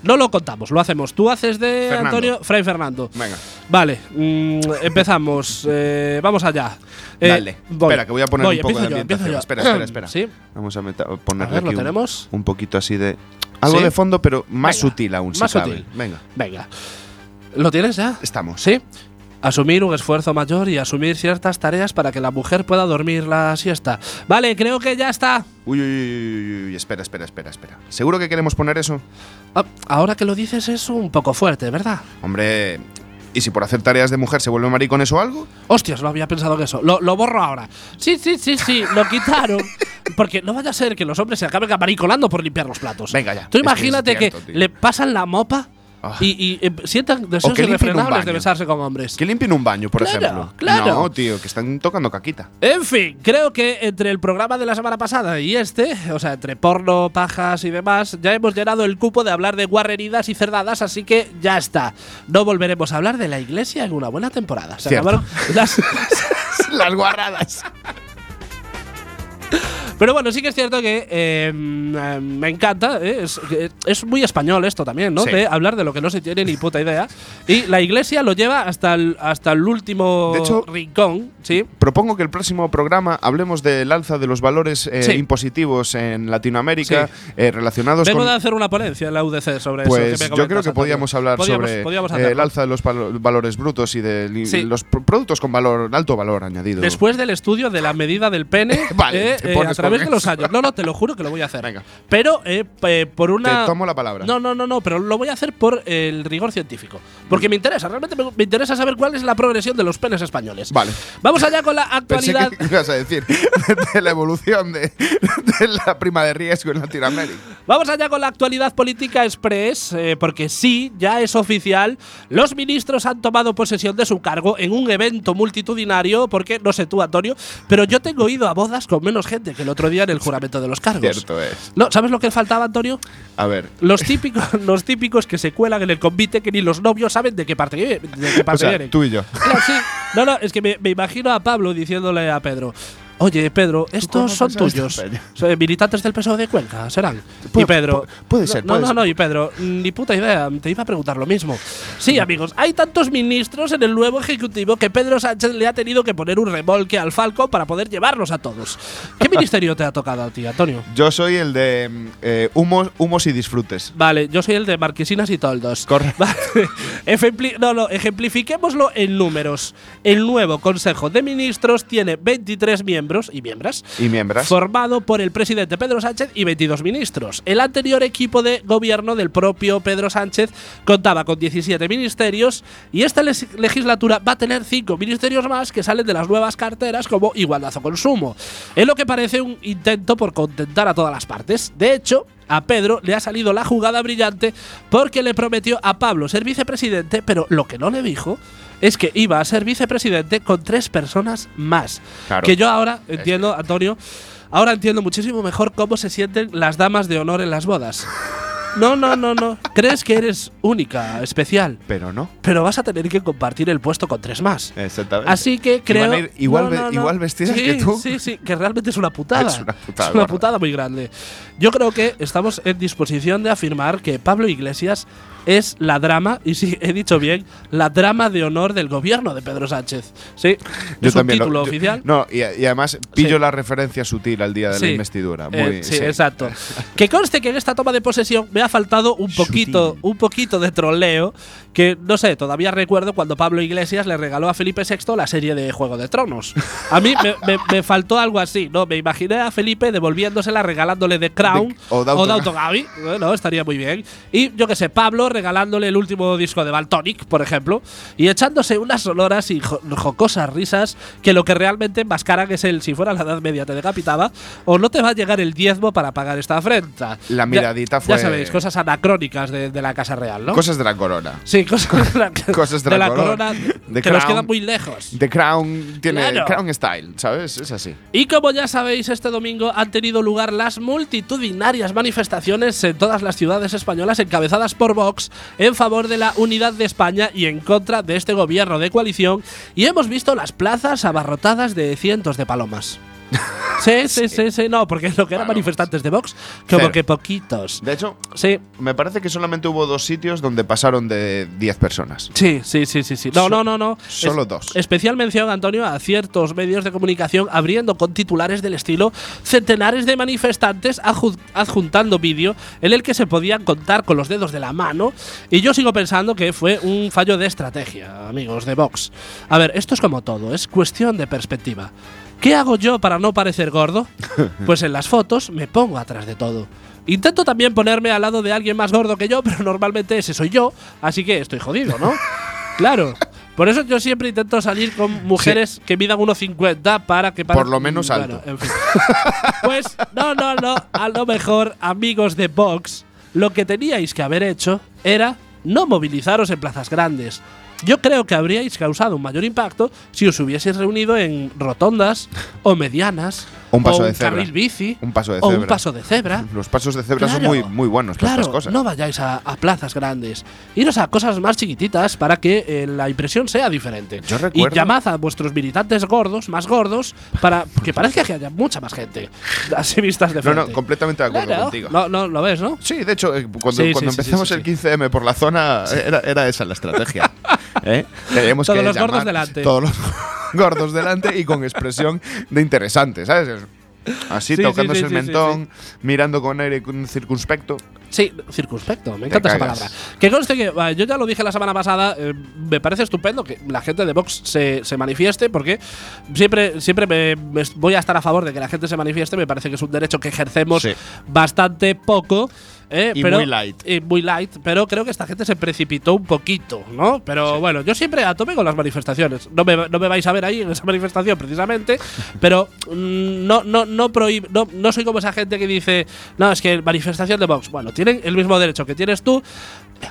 Speaker 4: No lo contamos, lo hacemos. Tú haces de
Speaker 5: Fernando.
Speaker 4: Antonio Fray Fernando.
Speaker 5: Venga.
Speaker 4: Vale, mm, empezamos. eh, vamos allá. Eh,
Speaker 5: Dale.
Speaker 4: voy.
Speaker 5: Espera, que voy a poner
Speaker 4: Voy,
Speaker 5: un poco de
Speaker 4: empiezo yo,
Speaker 5: ambientación.
Speaker 4: empiezo yo.
Speaker 5: Espera, espera, espera.
Speaker 4: Sí.
Speaker 5: Vamos a meta- ponerle
Speaker 4: A ver, ¿lo
Speaker 5: aquí un-
Speaker 4: tenemos?
Speaker 5: Un, poquito así de. Algo
Speaker 4: ¿Sí?
Speaker 5: de fondo, pero más
Speaker 4: Venga,
Speaker 5: sutil aún, si
Speaker 4: más
Speaker 5: cabe.
Speaker 4: sutil.
Speaker 5: Venga,
Speaker 4: Venga. ¿Lo tienes ya?
Speaker 5: estamos.
Speaker 4: Sí. Asumir un esfuerzo mayor y asumir ciertas tareas para que la mujer pueda dormir la siesta. Vale, creo que ya está.
Speaker 5: Uy, uy, uy, uy, uy, espera, espera, espera, espera. ¿Seguro que queremos poner eso?
Speaker 4: Ah, Ahora que lo dices es un poco fuerte, ¿verdad?
Speaker 5: Hombre. ¿Y si por hacer tareas de mujer se vuelve maricón eso o algo?
Speaker 4: Hostias, no había pensado en eso. Lo, lo borro ahora. Sí, sí, sí, sí, lo quitaron. Porque no vaya a ser que los hombres se acaben amaricolando por limpiar los platos.
Speaker 5: Venga, ya.
Speaker 4: Tú
Speaker 5: Es que es
Speaker 4: imagínate que,
Speaker 5: cierto, tío.
Speaker 4: le pasan la mopa
Speaker 5: Ah.
Speaker 4: y, y, eh, sientan deseos
Speaker 5: que limpien un
Speaker 4: irrefrenables de
Speaker 5: baño.
Speaker 4: besarse con hombres.
Speaker 5: Que limpien un baño, por
Speaker 4: Claro,
Speaker 5: ejemplo.
Speaker 4: claro.
Speaker 5: No, tío, que están tocando caquita.
Speaker 4: En fin, creo que entre el programa de la semana pasada y este, o sea, entre porno, pajas y demás, ya hemos llenado el cupo de hablar de guarreridas y cerdadas, así que ya está. No volveremos a hablar de la iglesia en una buena temporada. Se
Speaker 5: Cierto.
Speaker 4: acabaron las-
Speaker 5: Las guarradas.
Speaker 4: Pero bueno, sí que es cierto que eh, mm, me encanta, eh, es, que es muy español esto también, ¿no?
Speaker 5: Sí.
Speaker 4: De hablar de lo que no se tiene ni puta idea. Y la iglesia lo lleva hasta el, hasta el último
Speaker 5: De hecho-
Speaker 4: rincón, ¿sí?
Speaker 5: Propongo que el próximo programa hablemos del alza de los valores eh,
Speaker 4: Sí.
Speaker 5: impositivos en Latinoamérica eh, relacionados
Speaker 4: Vengo
Speaker 5: con.
Speaker 4: de hacer una ponencia en la UDC sobre
Speaker 5: Pues
Speaker 4: eso. me
Speaker 5: yo creo
Speaker 4: comentas,
Speaker 5: que
Speaker 4: Antonio.
Speaker 5: podíamos hablar
Speaker 4: Podíamos-
Speaker 5: sobre
Speaker 4: podíamos
Speaker 5: eh, el
Speaker 4: hacerlo.
Speaker 5: alza de los valo- valores brutos y de li-
Speaker 4: Sí.
Speaker 5: los pro- productos con valor alto valor añadido.
Speaker 4: Después del estudio de la medida del pene
Speaker 5: Vale,
Speaker 4: eh,
Speaker 5: te
Speaker 4: eh,
Speaker 5: pones
Speaker 4: a través
Speaker 5: con
Speaker 4: de los
Speaker 5: eso.
Speaker 4: años. No, no, te lo juro que lo voy a hacer.
Speaker 5: Venga.
Speaker 4: Pero eh, p- eh, por una.
Speaker 5: Te tomo la palabra.
Speaker 4: No, no, no, no, pero lo voy a hacer por el rigor científico.
Speaker 5: Mm.
Speaker 4: Porque me interesa, realmente me, me interesa saber cuál es la progresión de los penes españoles.
Speaker 5: Vale.
Speaker 4: Vamos allá con la
Speaker 5: Pensé
Speaker 4: actualidad.
Speaker 5: que ibas a decir de la evolución de, de la prima de riesgo en Latinoamérica.
Speaker 4: Vamos allá con la actualidad política express, eh, porque sí, ya es oficial. Los ministros han tomado posesión de su cargo en un evento multitudinario, porque no sé tú, Antonio, pero yo tengo ido a bodas con menos gente que el otro día en el juramento de los cargos.
Speaker 5: Cierto es.
Speaker 4: No, ¿sabes lo que faltaba, Antonio?
Speaker 5: A ver,
Speaker 4: Los típicos, los típicos que se cuelan en el convite que ni los novios saben de qué parte, de qué parte
Speaker 5: o sea,
Speaker 4: vienen.
Speaker 5: tú y yo.
Speaker 4: Claro, sí. No, no, es que me, me imagino a Pablo diciéndole a Pedro. Oye, Pedro, estos son
Speaker 5: conoces a
Speaker 4: tuyos.
Speaker 5: esta peña?"
Speaker 4: So- Militantes del PSOE E de Cuenca, serán.
Speaker 5: Pu-
Speaker 4: y Pedro.
Speaker 5: pu- puede ser,
Speaker 4: No,
Speaker 5: puede
Speaker 4: no,
Speaker 5: ser.
Speaker 4: no, y Pedro, ni puta idea, te iba a preguntar lo mismo. Sí, amigos, hay tantos ministros en el nuevo ejecutivo que Pedro Sánchez le ha tenido que poner un remolque al Falco para poder llevarlos a todos. ¿Qué ministerio te ha tocado a ti, Antonio?
Speaker 5: Yo soy el de mm, eh, humos, humos y disfrutes.
Speaker 4: Vale, yo soy el de Marquesinas y Toldos.
Speaker 5: Correcto.
Speaker 4: Vale. Ejempli- no, no, ejemplifiquémoslo en números. El nuevo Consejo de Ministros tiene 23 miembros y miembros.
Speaker 5: Y miembros.
Speaker 4: Formado por el presidente Pedro Sánchez y 22 ministros. El anterior equipo de gobierno del propio Pedro Sánchez contaba con 17 ministerios y esta les- legislatura va a tener 5 ministerios más que salen de las nuevas carteras como igualdad o consumo. Es lo que parece un intento por contentar a todas las partes. De hecho, a Pedro le ha salido la jugada brillante porque le prometió a Pablo ser vicepresidente, pero lo que no le dijo es que iba a ser vicepresidente con tres personas más.
Speaker 5: Claro.
Speaker 4: Que yo ahora entiendo, Antonio, ahora entiendo muchísimo mejor cómo se sienten las damas de honor en las bodas. No, no, no, no. Crees que eres única, especial,
Speaker 5: Pero no.
Speaker 4: pero vas a tener que compartir el puesto con tres más.
Speaker 5: Exactamente.
Speaker 4: Así que
Speaker 5: Y van
Speaker 4: creo.
Speaker 5: a ir igual ve- igual vestidas
Speaker 4: Sí,
Speaker 5: que tú.
Speaker 4: Sí, sí, que realmente es una putada.
Speaker 5: Es una putada
Speaker 4: Es una
Speaker 5: gorda.
Speaker 4: putada muy grande. Yo creo que estamos en disposición de afirmar que Pablo Iglesias es la drama, y sí, he dicho bien, la drama de honor del gobierno de Pedro Sánchez. Sí, es un
Speaker 5: lo-
Speaker 4: título
Speaker 5: yo-
Speaker 4: oficial.
Speaker 5: No, y, y además pillo
Speaker 4: Sí.
Speaker 5: la referencia sutil al día de la
Speaker 4: Sí.
Speaker 5: investidura. Muy,
Speaker 4: Eh, sí, exacto. que conste que en esta toma de posesión me ha faltado un poquito,
Speaker 5: Sutil.
Speaker 4: un poquito de troleo. Que no sé, todavía recuerdo cuando Pablo Iglesias le regaló a Felipe VI la serie de Juego de Tronos. A mí me, me- me faltó algo así, ¿no? Me imaginé a Felipe devolviéndosela regalándole The Crown
Speaker 5: De- o Downton Abbey.
Speaker 4: Downton Abbey. Bueno, estaría muy bien. Y yo que sé, Pablo regalándole el último disco de Baltonic, por ejemplo, y echándose unas sonoras y jo- jocosas risas que lo que realmente enmascaran es el si fuera la Edad Media te decapitaba o no te va a llegar el diezmo para pagar esta afrenta.
Speaker 5: La
Speaker 4: Ya-
Speaker 5: miradita
Speaker 4: ya,
Speaker 5: fue-
Speaker 4: sabéis, cosas anacrónicas de, de la Casa Real, ¿no?
Speaker 5: Cosas de la corona.
Speaker 4: sí, cosas de la,
Speaker 5: Cosas de
Speaker 4: de la
Speaker 5: la corona.
Speaker 4: corona
Speaker 5: The
Speaker 4: que nos
Speaker 5: Crown.
Speaker 4: quedan muy lejos.
Speaker 5: The Crown tiene
Speaker 4: Claro.
Speaker 5: Crown Style, ¿sabes? Es así.
Speaker 4: Y como ya sabéis, este domingo han tenido lugar las multitudinarias manifestaciones en todas las ciudades españolas encabezadas por Vox en favor de la unidad de España y en contra de este gobierno de coalición y hemos visto las plazas abarrotadas de cientos de palomas. Sí, sí, sí, sí, no, porque lo que eran
Speaker 5: Palomas.
Speaker 4: manifestantes de Vox, como
Speaker 5: Cero.
Speaker 4: que poquitos.
Speaker 5: De hecho,
Speaker 4: Sí,
Speaker 5: me parece que solamente hubo dos sitios donde pasaron de 10 personas.
Speaker 4: Sí, sí, sí, sí, sí. No,
Speaker 5: So-
Speaker 4: no, no, no.
Speaker 5: solo dos.
Speaker 4: Especial mención, Antonio, a ciertos medios de comunicación abriendo con titulares del estilo centenares de manifestantes aju- adjuntando vídeo en el que se podían contar con los dedos de la mano. Y yo sigo pensando que fue un fallo de estrategia, amigos de Vox. A ver, esto es como todo, es cuestión de perspectiva. ¿Qué hago yo para no parecer gordo? Pues en las fotos me pongo atrás de todo. Intento también ponerme al lado de alguien más gordo que yo, pero normalmente ese soy yo, así que estoy jodido, ¿no? Claro. Por eso yo siempre intento salir con mujeres que midan 1,50 para que
Speaker 5: Por
Speaker 4: pare-
Speaker 5: lo menos alto.
Speaker 4: en fin. Pues no, no, no. A lo mejor, amigos de Vox, lo que teníais que haber hecho era no movilizaros en plazas grandes. Yo creo que habríais causado un mayor impacto si os hubieseis reunido en rotondas o medianas
Speaker 5: O un paso
Speaker 4: o
Speaker 5: de
Speaker 4: un
Speaker 5: cebra.
Speaker 4: carril bici
Speaker 5: Un paso de
Speaker 4: o un
Speaker 5: cebra.
Speaker 4: paso de cebra.
Speaker 5: Los pasos de cebra son
Speaker 4: Claro,
Speaker 5: muy, muy buenos para
Speaker 4: Claro,
Speaker 5: estas cosas.
Speaker 4: no vayáis a, a plazas grandes. Iros a cosas más chiquititas para que eh, la impresión sea diferente.
Speaker 5: Yo recuerdo-
Speaker 4: Y llamad a vuestros militantes gordos, más gordos, para que parezca que haya mucha más gente. Así vistas de
Speaker 5: no,
Speaker 4: frente.
Speaker 5: no, completamente de acuerdo
Speaker 4: Claro,
Speaker 5: contigo.
Speaker 4: No, no, lo ves, ¿no?
Speaker 5: Sí, de hecho, eh, cuando,
Speaker 4: Sí,
Speaker 5: cuando
Speaker 4: sí, sí,
Speaker 5: empezamos
Speaker 4: sí, sí,
Speaker 5: el 15M por la zona, eh, era, era esa la estrategia. ¿Eh? Teníamos
Speaker 4: Todos
Speaker 5: que
Speaker 4: los gordos
Speaker 5: llamar
Speaker 4: delante.
Speaker 5: Todos los gordos delante y con expresión de interesante, ¿sabes?
Speaker 4: Sí,
Speaker 5: Así,
Speaker 4: sí,
Speaker 5: tocándose
Speaker 4: sí,
Speaker 5: el
Speaker 4: sí, sí,
Speaker 5: mentón, mirando con aire con circunspecto.
Speaker 4: Sí, circunspecto, me encanta esa
Speaker 5: cagas.
Speaker 4: palabra. Que conste que eh, yo ya lo dije la semana pasada, eh, me parece estupendo que la gente de Vox se, se manifieste, porque siempre, siempre me, me es- voy a estar a favor de que la gente se manifieste, me parece que es un derecho que ejercemos
Speaker 5: Sí.
Speaker 4: bastante poco. eh,
Speaker 5: Y
Speaker 4: pero,
Speaker 5: muy light.
Speaker 4: y muy light, pero creo que esta gente se precipitó un poquito, ¿no? Pero bueno, yo siempre a tope con las manifestaciones. No me, no me vais a ver ahí en esa manifestación precisamente, pero mm, no, no, no, prohib- no, no soy como esa gente que dice, no, es que manifestación de Vox. Bueno, tienen el mismo derecho que tienes tú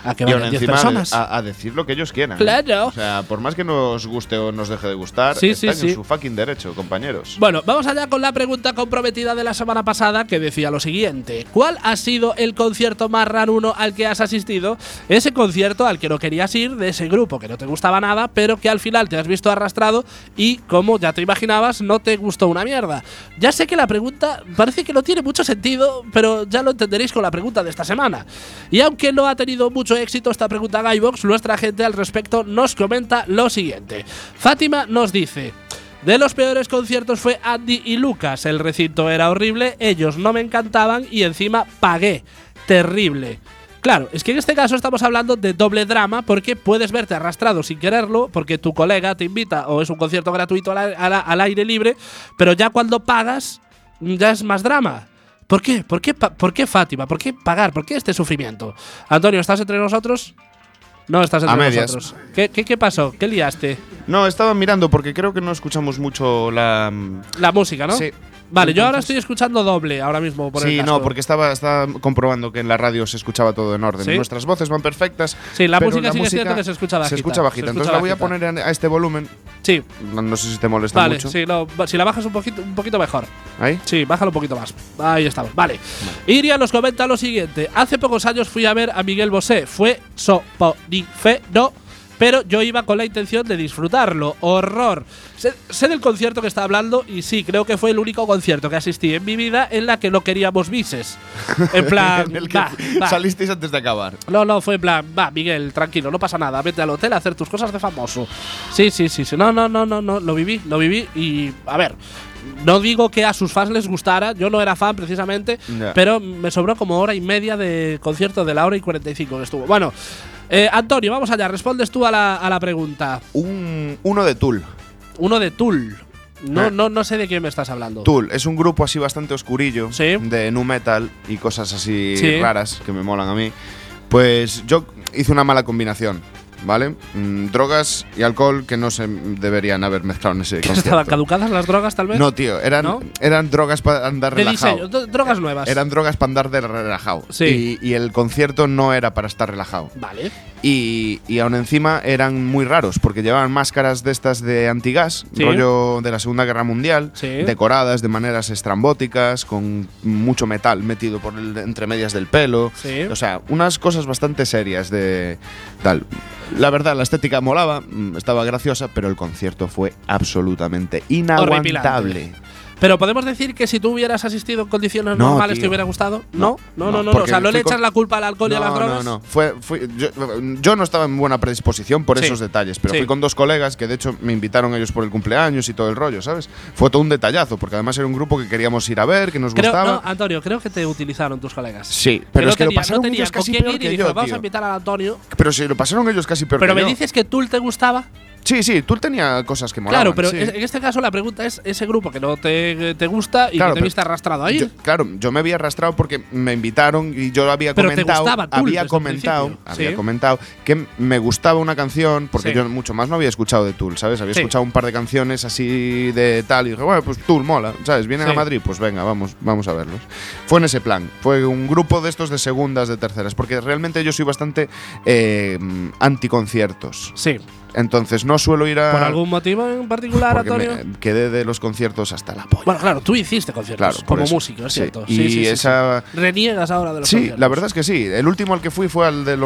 Speaker 4: a que
Speaker 5: y
Speaker 4: vayan
Speaker 5: ahora
Speaker 4: 10
Speaker 5: encima
Speaker 4: personas.
Speaker 5: a, a decir lo que ellos quieran. ¿eh?
Speaker 4: Claro.
Speaker 5: O sea, por más que nos guste o nos deje de gustar,
Speaker 4: Sí, sí,
Speaker 5: están en
Speaker 4: sí.
Speaker 5: su fucking derecho, compañeros.
Speaker 4: Bueno, vamos allá con la pregunta comprometida de la semana pasada que decía lo siguiente. ¿Cuál ha sido el concierto más raruno al que has asistido? Ese concierto al que no querías ir, de ese grupo que no te gustaba nada, pero que al final te has visto arrastrado y, como ya te imaginabas, no te gustó una mierda. Ya sé que la pregunta parece que no tiene mucho sentido, pero ya lo entenderéis con la pregunta de esta semana. Y aunque no ha tenido mucho éxito esta pregunta en iVox, nuestra gente al respecto nos comenta lo siguiente. Fátima nos dice... De los peores conciertos fue Andy y Lucas. El recinto era horrible, ellos no me encantaban y encima pagué. Terrible. Claro, es que en este caso estamos hablando de doble drama porque puedes verte arrastrado sin quererlo, porque tu colega te invita o es un concierto gratuito al, a- a- al aire libre, pero ya cuando pagas ya es más drama. ¿Por qué? ¿Por qué, pa- ¿Por qué Fátima? ¿Por qué pagar? ¿Por qué este sufrimiento? Antonio, ¿estás entre nosotros? No, estás entre
Speaker 5: A medias.
Speaker 4: nosotros. ¿Qué, qué, ¿Qué pasó? ¿Qué liaste?
Speaker 5: No, estaba mirando porque creo que no escuchamos mucho la. mm,
Speaker 4: La música, ¿no?
Speaker 5: Sí.
Speaker 4: Vale, yo ahora estoy
Speaker 5: Entonces-
Speaker 4: escuchando doble ahora mismo por el
Speaker 5: sí, no,
Speaker 4: casco.
Speaker 5: porque estaba, estaba comprobando que en la radio se escuchaba todo en orden.
Speaker 4: ¿Sí?
Speaker 5: Nuestras voces van perfectas.
Speaker 4: Sí, la
Speaker 5: pero
Speaker 4: música sí que es cierto que se escucha bajita.
Speaker 5: Se escucha bajita.
Speaker 4: Se
Speaker 5: Entonces
Speaker 4: escucha
Speaker 5: la voy a
Speaker 4: bajita.
Speaker 5: poner en- a este volumen.
Speaker 4: Sí,
Speaker 5: No, no sé si te molesta
Speaker 4: vale,
Speaker 5: mucho.
Speaker 4: sí, no, va- si la bajas un poquito, un poquito mejor.
Speaker 5: ¿Ahí?
Speaker 4: Sí, bájalo un poquito más. Ahí estamos, vale. Iria nos comenta lo siguiente. Hace pocos años fui a ver a Miguel Bosé. Fue soporífero, pero yo iba con la intención de disfrutarlo. Horror. Sé, sé del concierto que está hablando y sí, creo que fue el único concierto que asistí en mi vida en la que no queríamos bises. En plan,
Speaker 5: En el que
Speaker 4: va, va.
Speaker 5: salisteis antes de acabar.
Speaker 4: No, no, fue en plan, va, Miguel, tranquilo, no pasa nada, vete al hotel a hacer tus cosas de famoso. Sí, sí, sí, sí. No, no, no, no, no, lo viví, lo viví y, a ver, no digo que a sus fans les gustara, yo no era fan precisamente,
Speaker 5: Ya.
Speaker 4: pero me sobró como hora y media de concierto de la hora y 45 que estuvo. Bueno, eh, Antonio, vamos allá, respondes tú a la, a la pregunta.
Speaker 5: Un, uno de Tool.
Speaker 4: Uno de Tool. No,
Speaker 5: Eh.
Speaker 4: no, no sé de quién me estás hablando.
Speaker 5: Tool es un grupo así bastante oscurillo
Speaker 4: Sí.
Speaker 5: de nu metal y cosas así
Speaker 4: Sí.
Speaker 5: raras que me molan a mí. Pues yo hice una mala combinación, ¿vale? Mm, drogas y alcohol que no se deberían haber mezclado en ese concierto.
Speaker 4: ¿Estaban caducadas las drogas tal vez?
Speaker 5: No, tío, eran,
Speaker 4: ¿No?
Speaker 5: eran drogas para andar
Speaker 4: de diseño,
Speaker 5: relajado.
Speaker 4: dro- drogas nuevas.
Speaker 5: Eran drogas para andar de relajado.
Speaker 4: Sí.
Speaker 5: Y, y el concierto no era para estar relajado.
Speaker 4: Vale.
Speaker 5: Y, y aún encima eran muy raros, porque llevaban máscaras de estas de antigas,
Speaker 4: Sí.
Speaker 5: rollo de la Segunda Guerra Mundial,
Speaker 4: Sí.
Speaker 5: decoradas de maneras estrambóticas, con mucho metal metido por el- entre medias del pelo.
Speaker 4: Sí.
Speaker 5: O sea, unas cosas bastante serias de tal. La verdad, la estética molaba, mm, estaba graciosa, pero el concierto fue absolutamente inaguantable.
Speaker 4: Pero podemos decir que si tú hubieras asistido en condiciones
Speaker 5: No,
Speaker 4: normales
Speaker 5: tío.
Speaker 4: te hubiera gustado. No, no,
Speaker 5: No,
Speaker 4: no, no.
Speaker 5: no,
Speaker 4: O
Speaker 5: porque
Speaker 4: sea, no le
Speaker 5: fui con-
Speaker 4: echas la culpa al alcohol y a las
Speaker 5: No,
Speaker 4: drogas.
Speaker 5: No, no, Fue, fue- yo, yo no estaba en buena predisposición por
Speaker 4: Sí.
Speaker 5: esos detalles, pero
Speaker 4: Sí.
Speaker 5: fui con dos colegas que de hecho me invitaron ellos por el cumpleaños y todo el rollo, ¿sabes? Fue todo un detallazo, porque además era un grupo que queríamos ir a ver, que nos
Speaker 4: Creo,
Speaker 5: gustaba.
Speaker 4: no, Antonio, creo que te utilizaron tus colegas.
Speaker 5: Sí, pero,
Speaker 4: no
Speaker 5: es que
Speaker 4: tenían-
Speaker 5: lo pasaron
Speaker 4: no
Speaker 5: ellos
Speaker 4: tenían con
Speaker 5: casi
Speaker 4: quién
Speaker 5: peor
Speaker 4: ir y
Speaker 5: que
Speaker 4: dijeron,
Speaker 5: yo,
Speaker 4: Vamos a
Speaker 5: tío.
Speaker 4: invitar a Antonio.
Speaker 5: Pero si lo pasaron ellos casi peor
Speaker 4: Pero me
Speaker 5: que yo.
Speaker 4: dices que Tool te gustaba.
Speaker 5: Sí, sí, tú tenía cosas que molaban.
Speaker 4: Claro, pero
Speaker 5: sí.
Speaker 4: es- en este caso la pregunta es ese grupo que no te, te gusta y
Speaker 5: Claro,
Speaker 4: que te
Speaker 5: pero
Speaker 4: viste arrastrado ahí.
Speaker 5: Yo- claro, yo me había arrastrado porque me invitaron y yo había
Speaker 4: Pero te
Speaker 5: comentado,
Speaker 4: gustaba Tool desde
Speaker 5: había
Speaker 4: el
Speaker 5: comentado,
Speaker 4: principio,
Speaker 5: había
Speaker 4: sí.
Speaker 5: comentado que me gustaba una canción porque
Speaker 4: Sí.
Speaker 5: yo mucho más no había escuchado de Tool, ¿sabes? Había
Speaker 4: Sí.
Speaker 5: escuchado un par de canciones así de tal y dije, bueno, pues Tool mola, ¿sabes? Vienen
Speaker 4: Sí.
Speaker 5: a Madrid, pues venga, vamos, vamos a verlos. Fue en ese plan, fue un grupo de estos de segundas, de terceras, porque realmente yo soy bastante eh, anticonciertos,
Speaker 4: sí.
Speaker 5: entonces no suelo ir a
Speaker 4: ¿Por algún motivo en particular,
Speaker 5: Ah, porque
Speaker 4: Antonio?
Speaker 5: me quedé de los conciertos hasta la polla.
Speaker 4: Bueno, claro, tú hiciste conciertos
Speaker 5: Claro, por
Speaker 4: como
Speaker 5: eso.
Speaker 4: músico, es
Speaker 5: Sí.
Speaker 4: cierto.
Speaker 5: Y esa-
Speaker 4: Reniegas ahora de los
Speaker 5: Sí,
Speaker 4: conciertos.
Speaker 5: la verdad es que sí. El último al que fui fue al de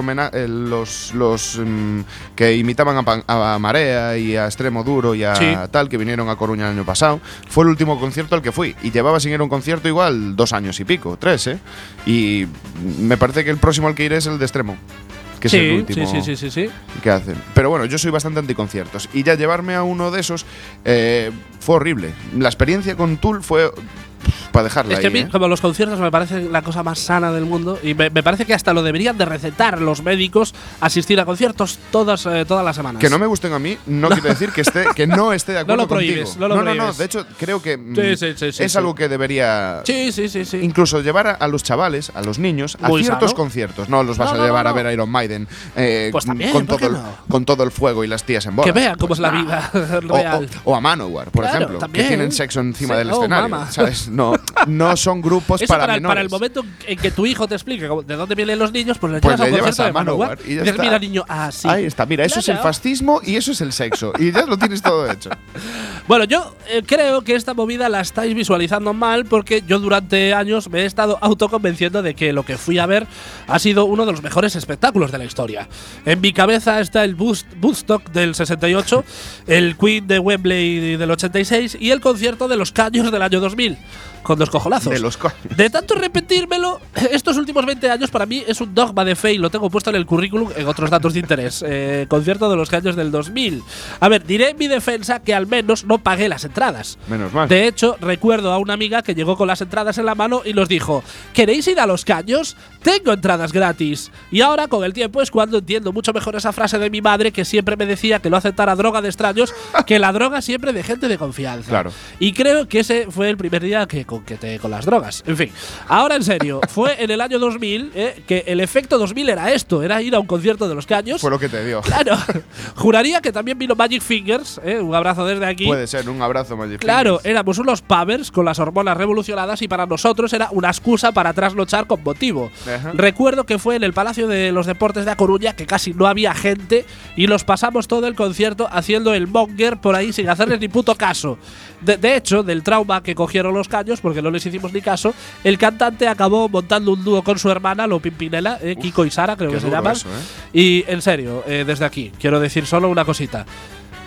Speaker 5: los, los mm, que imitaban a, Pan- a Marea y a Extremo Duro y a
Speaker 4: Sí.
Speaker 5: tal, que vinieron a Coruña el año pasado. Fue el último concierto al que fui. Y llevaba sin ir a un concierto igual dos años y pico, tres, ¿eh? Y me parece que el próximo al que iré es el de Extremo. Que
Speaker 4: sí,
Speaker 5: es el último
Speaker 4: sí, sí, sí, sí, sí.
Speaker 5: que hacen. Pero bueno, yo soy bastante anticonciertos. Y ya llevarme a uno de esos eh, fue horrible. La experiencia con Tool fue para dejarla
Speaker 4: Es que a
Speaker 5: ahí,
Speaker 4: mí,
Speaker 5: ¿eh?
Speaker 4: como los conciertos me parece la cosa más sana del mundo y me, me parece que hasta lo deberían de recetar los médicos asistir a conciertos todas, eh, todas las semanas.
Speaker 5: Que no me gusten a mí no quiere decir que esté que no esté de
Speaker 4: No
Speaker 5: acuerdo
Speaker 4: lo
Speaker 5: contigo.
Speaker 4: prohíbes, no lo
Speaker 5: no, no,
Speaker 4: prohíbes.
Speaker 5: De hecho, creo que mm,
Speaker 4: Sí, sí, sí, sí,
Speaker 5: es
Speaker 4: sí.
Speaker 5: algo que debería
Speaker 4: Sí, sí, sí, sí.
Speaker 5: incluso llevar a, a los chavales, a los niños, a
Speaker 4: Muy
Speaker 5: ciertos
Speaker 4: sano.
Speaker 5: conciertos. No los vas
Speaker 4: No,
Speaker 5: a
Speaker 4: no,
Speaker 5: llevar
Speaker 4: no,
Speaker 5: a ver a Iron Maiden eh,
Speaker 4: Pues también,
Speaker 5: con,
Speaker 4: ¿por
Speaker 5: todo
Speaker 4: qué
Speaker 5: el,
Speaker 4: no?
Speaker 5: con todo el fuego y las tías en bola.
Speaker 4: Que vean cómo es la
Speaker 5: Nah.
Speaker 4: vida
Speaker 5: O,
Speaker 4: real.
Speaker 5: o- o a Manowar, por
Speaker 4: Claro,
Speaker 5: ejemplo,
Speaker 4: también.
Speaker 5: que tienen sexo encima
Speaker 4: Sí,
Speaker 5: del
Speaker 4: oh,
Speaker 5: escenario.
Speaker 4: mama.
Speaker 5: ¿sabes? No, no son grupos
Speaker 4: Eso
Speaker 5: para,
Speaker 4: para, el, para el
Speaker 5: menores.
Speaker 4: momento en que tu hijo te explique cómo- de dónde vienen los niños, pues le
Speaker 5: Pues
Speaker 4: llevas a un
Speaker 5: le llevas
Speaker 4: concierto
Speaker 5: a
Speaker 4: de Manowar.
Speaker 5: Manowar y ya
Speaker 4: dices,
Speaker 5: está.
Speaker 4: mira, niño, así.
Speaker 5: Ahí está, mira, eso es el
Speaker 4: Claro.
Speaker 5: fascismo y eso es el sexo. Y ya lo tienes todo hecho.
Speaker 4: Bueno, yo eh, creo que esta movida la estáis visualizando mal porque yo durante años me he estado autoconvenciendo de que lo que fui a ver ha sido uno de los mejores espectáculos de la historia. En mi cabeza está el Boost- Woodstock del 68, el Queen de Wembley del 86 y el concierto de los Caños del año 2000, con los cojonazos.
Speaker 5: De los coños.
Speaker 4: De tanto repetírmelo, estos últimos 20 años para mí es un dogma de fe y lo tengo puesto en el currículum en otros datos de interés. Eh, concierto de los años del 2000. A ver, diré en mi defensa que al menos no pagué las entradas.
Speaker 5: Menos mal.
Speaker 4: De hecho, recuerdo a una amiga que llegó con las entradas en la mano y nos dijo, ¿queréis ir a los caños? Tengo entradas gratis. Y ahora, con el tiempo, es cuando entiendo mucho mejor esa frase de mi madre que siempre me decía que no aceptara droga de extraños, que la droga siempre de gente de confianza.
Speaker 5: Claro.
Speaker 4: Y creo que ese fue el primer día que conqueté con las drogas. En fin, ahora en serio, fue en el año 2000 eh, que el efecto 2000 era esto, era ir a un concierto de los caños.
Speaker 5: Fue lo que te dio.
Speaker 4: Claro, juraría que también vino Magic Fingers, eh, un abrazo desde aquí.
Speaker 5: Puede ser, un abrazo, Magic
Speaker 4: Claro,
Speaker 5: Fingers.
Speaker 4: éramos unos pavers con las hormonas revolucionadas y para nosotros era una excusa para trasnochar con motivo.
Speaker 5: Ajá.
Speaker 4: Recuerdo que fue en el Palacio de los Deportes de A Coruña que casi no había gente y los pasamos todo el concierto haciendo el monger por ahí sin hacerles ni puto caso. De, de hecho, del trauma que cogieron los caños, porque no les hicimos ni caso, el cantante acabó montando un dúo con su hermana, Lo Pimpinela, eh,
Speaker 5: Uf,
Speaker 4: Kiko y Sara, creo
Speaker 5: qué
Speaker 4: que se
Speaker 5: duro
Speaker 4: llaman.
Speaker 5: eso, eh.
Speaker 4: Y en serio, eh, desde aquí, quiero decir solo una cosita.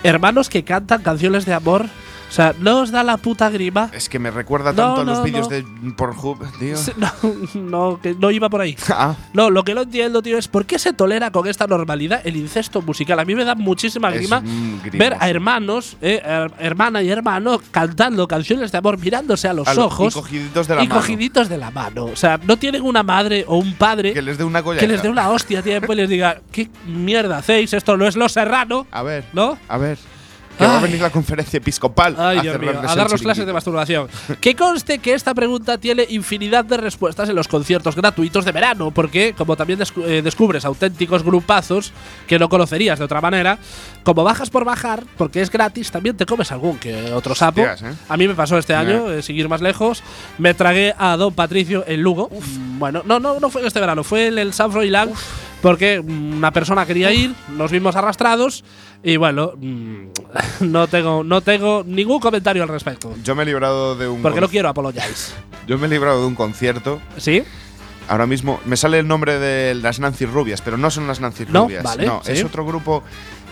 Speaker 4: Hermanos que cantan canciones de amor, o sea, ¿no os da la puta grima?
Speaker 5: Es que me recuerda
Speaker 4: No,
Speaker 5: tanto a
Speaker 4: no,
Speaker 5: los vídeos
Speaker 4: no.
Speaker 5: de Pornhub, tío.
Speaker 4: Sí, No, no, que no iba por ahí.
Speaker 5: Ah,
Speaker 4: No, lo que no entiendo, tío, es por qué se tolera con esta normalidad el incesto musical. A mí me da muchísima
Speaker 5: Es
Speaker 4: grima
Speaker 5: un grimoso.
Speaker 4: ver a hermanos, eh, her- hermana y hermano, cantando canciones de amor, mirándose a los
Speaker 5: a lo-
Speaker 4: ojos
Speaker 5: Y cogiditos de la
Speaker 4: y
Speaker 5: mano.
Speaker 4: cogiditos de la mano. O sea, no tienen una madre o un padre
Speaker 5: Que les dé una colleta.
Speaker 4: que les dé una hostia, tío, y después les diga, ¿qué mierda hacéis? Esto no es lo serrano.
Speaker 5: A ver.
Speaker 4: ¿No?
Speaker 5: A ver. Que va a
Speaker 4: Ay.
Speaker 5: venir la conferencia episcopal
Speaker 4: Ay,
Speaker 5: a,
Speaker 4: Dios mío,
Speaker 5: cerrarles
Speaker 4: a
Speaker 5: el
Speaker 4: darnos clases de
Speaker 5: chiringuito.
Speaker 4: masturbación. Que conste que esta pregunta tiene infinidad de respuestas en los conciertos gratuitos de verano, porque como también descu- eh, descubres auténticos grupazos que no conocerías de otra manera, como bajas por bajar, porque es gratis, también te comes algún que otro sapo.
Speaker 5: Hostias, ¿eh?
Speaker 4: A mí me pasó este año, eh, sin ir más lejos, me tragué a Don Patricio en Lugo. Mm, Bueno, no, no, no fue este verano, fue en el San Froilán, porque mm, una persona quería ir, nos vimos arrastrados y bueno, mm, no tengo, no tengo ningún comentario al respecto.
Speaker 5: Yo me he librado de un
Speaker 4: Porque no
Speaker 5: conci-
Speaker 4: quiero apologizar.
Speaker 5: Yo me he librado de un concierto.
Speaker 4: ¿Sí?
Speaker 5: Ahora mismo me sale el nombre de las Nancy Rubias, pero no son las Nancy
Speaker 4: No,
Speaker 5: Rubias.
Speaker 4: vale,
Speaker 5: no,
Speaker 4: sí.
Speaker 5: es otro grupo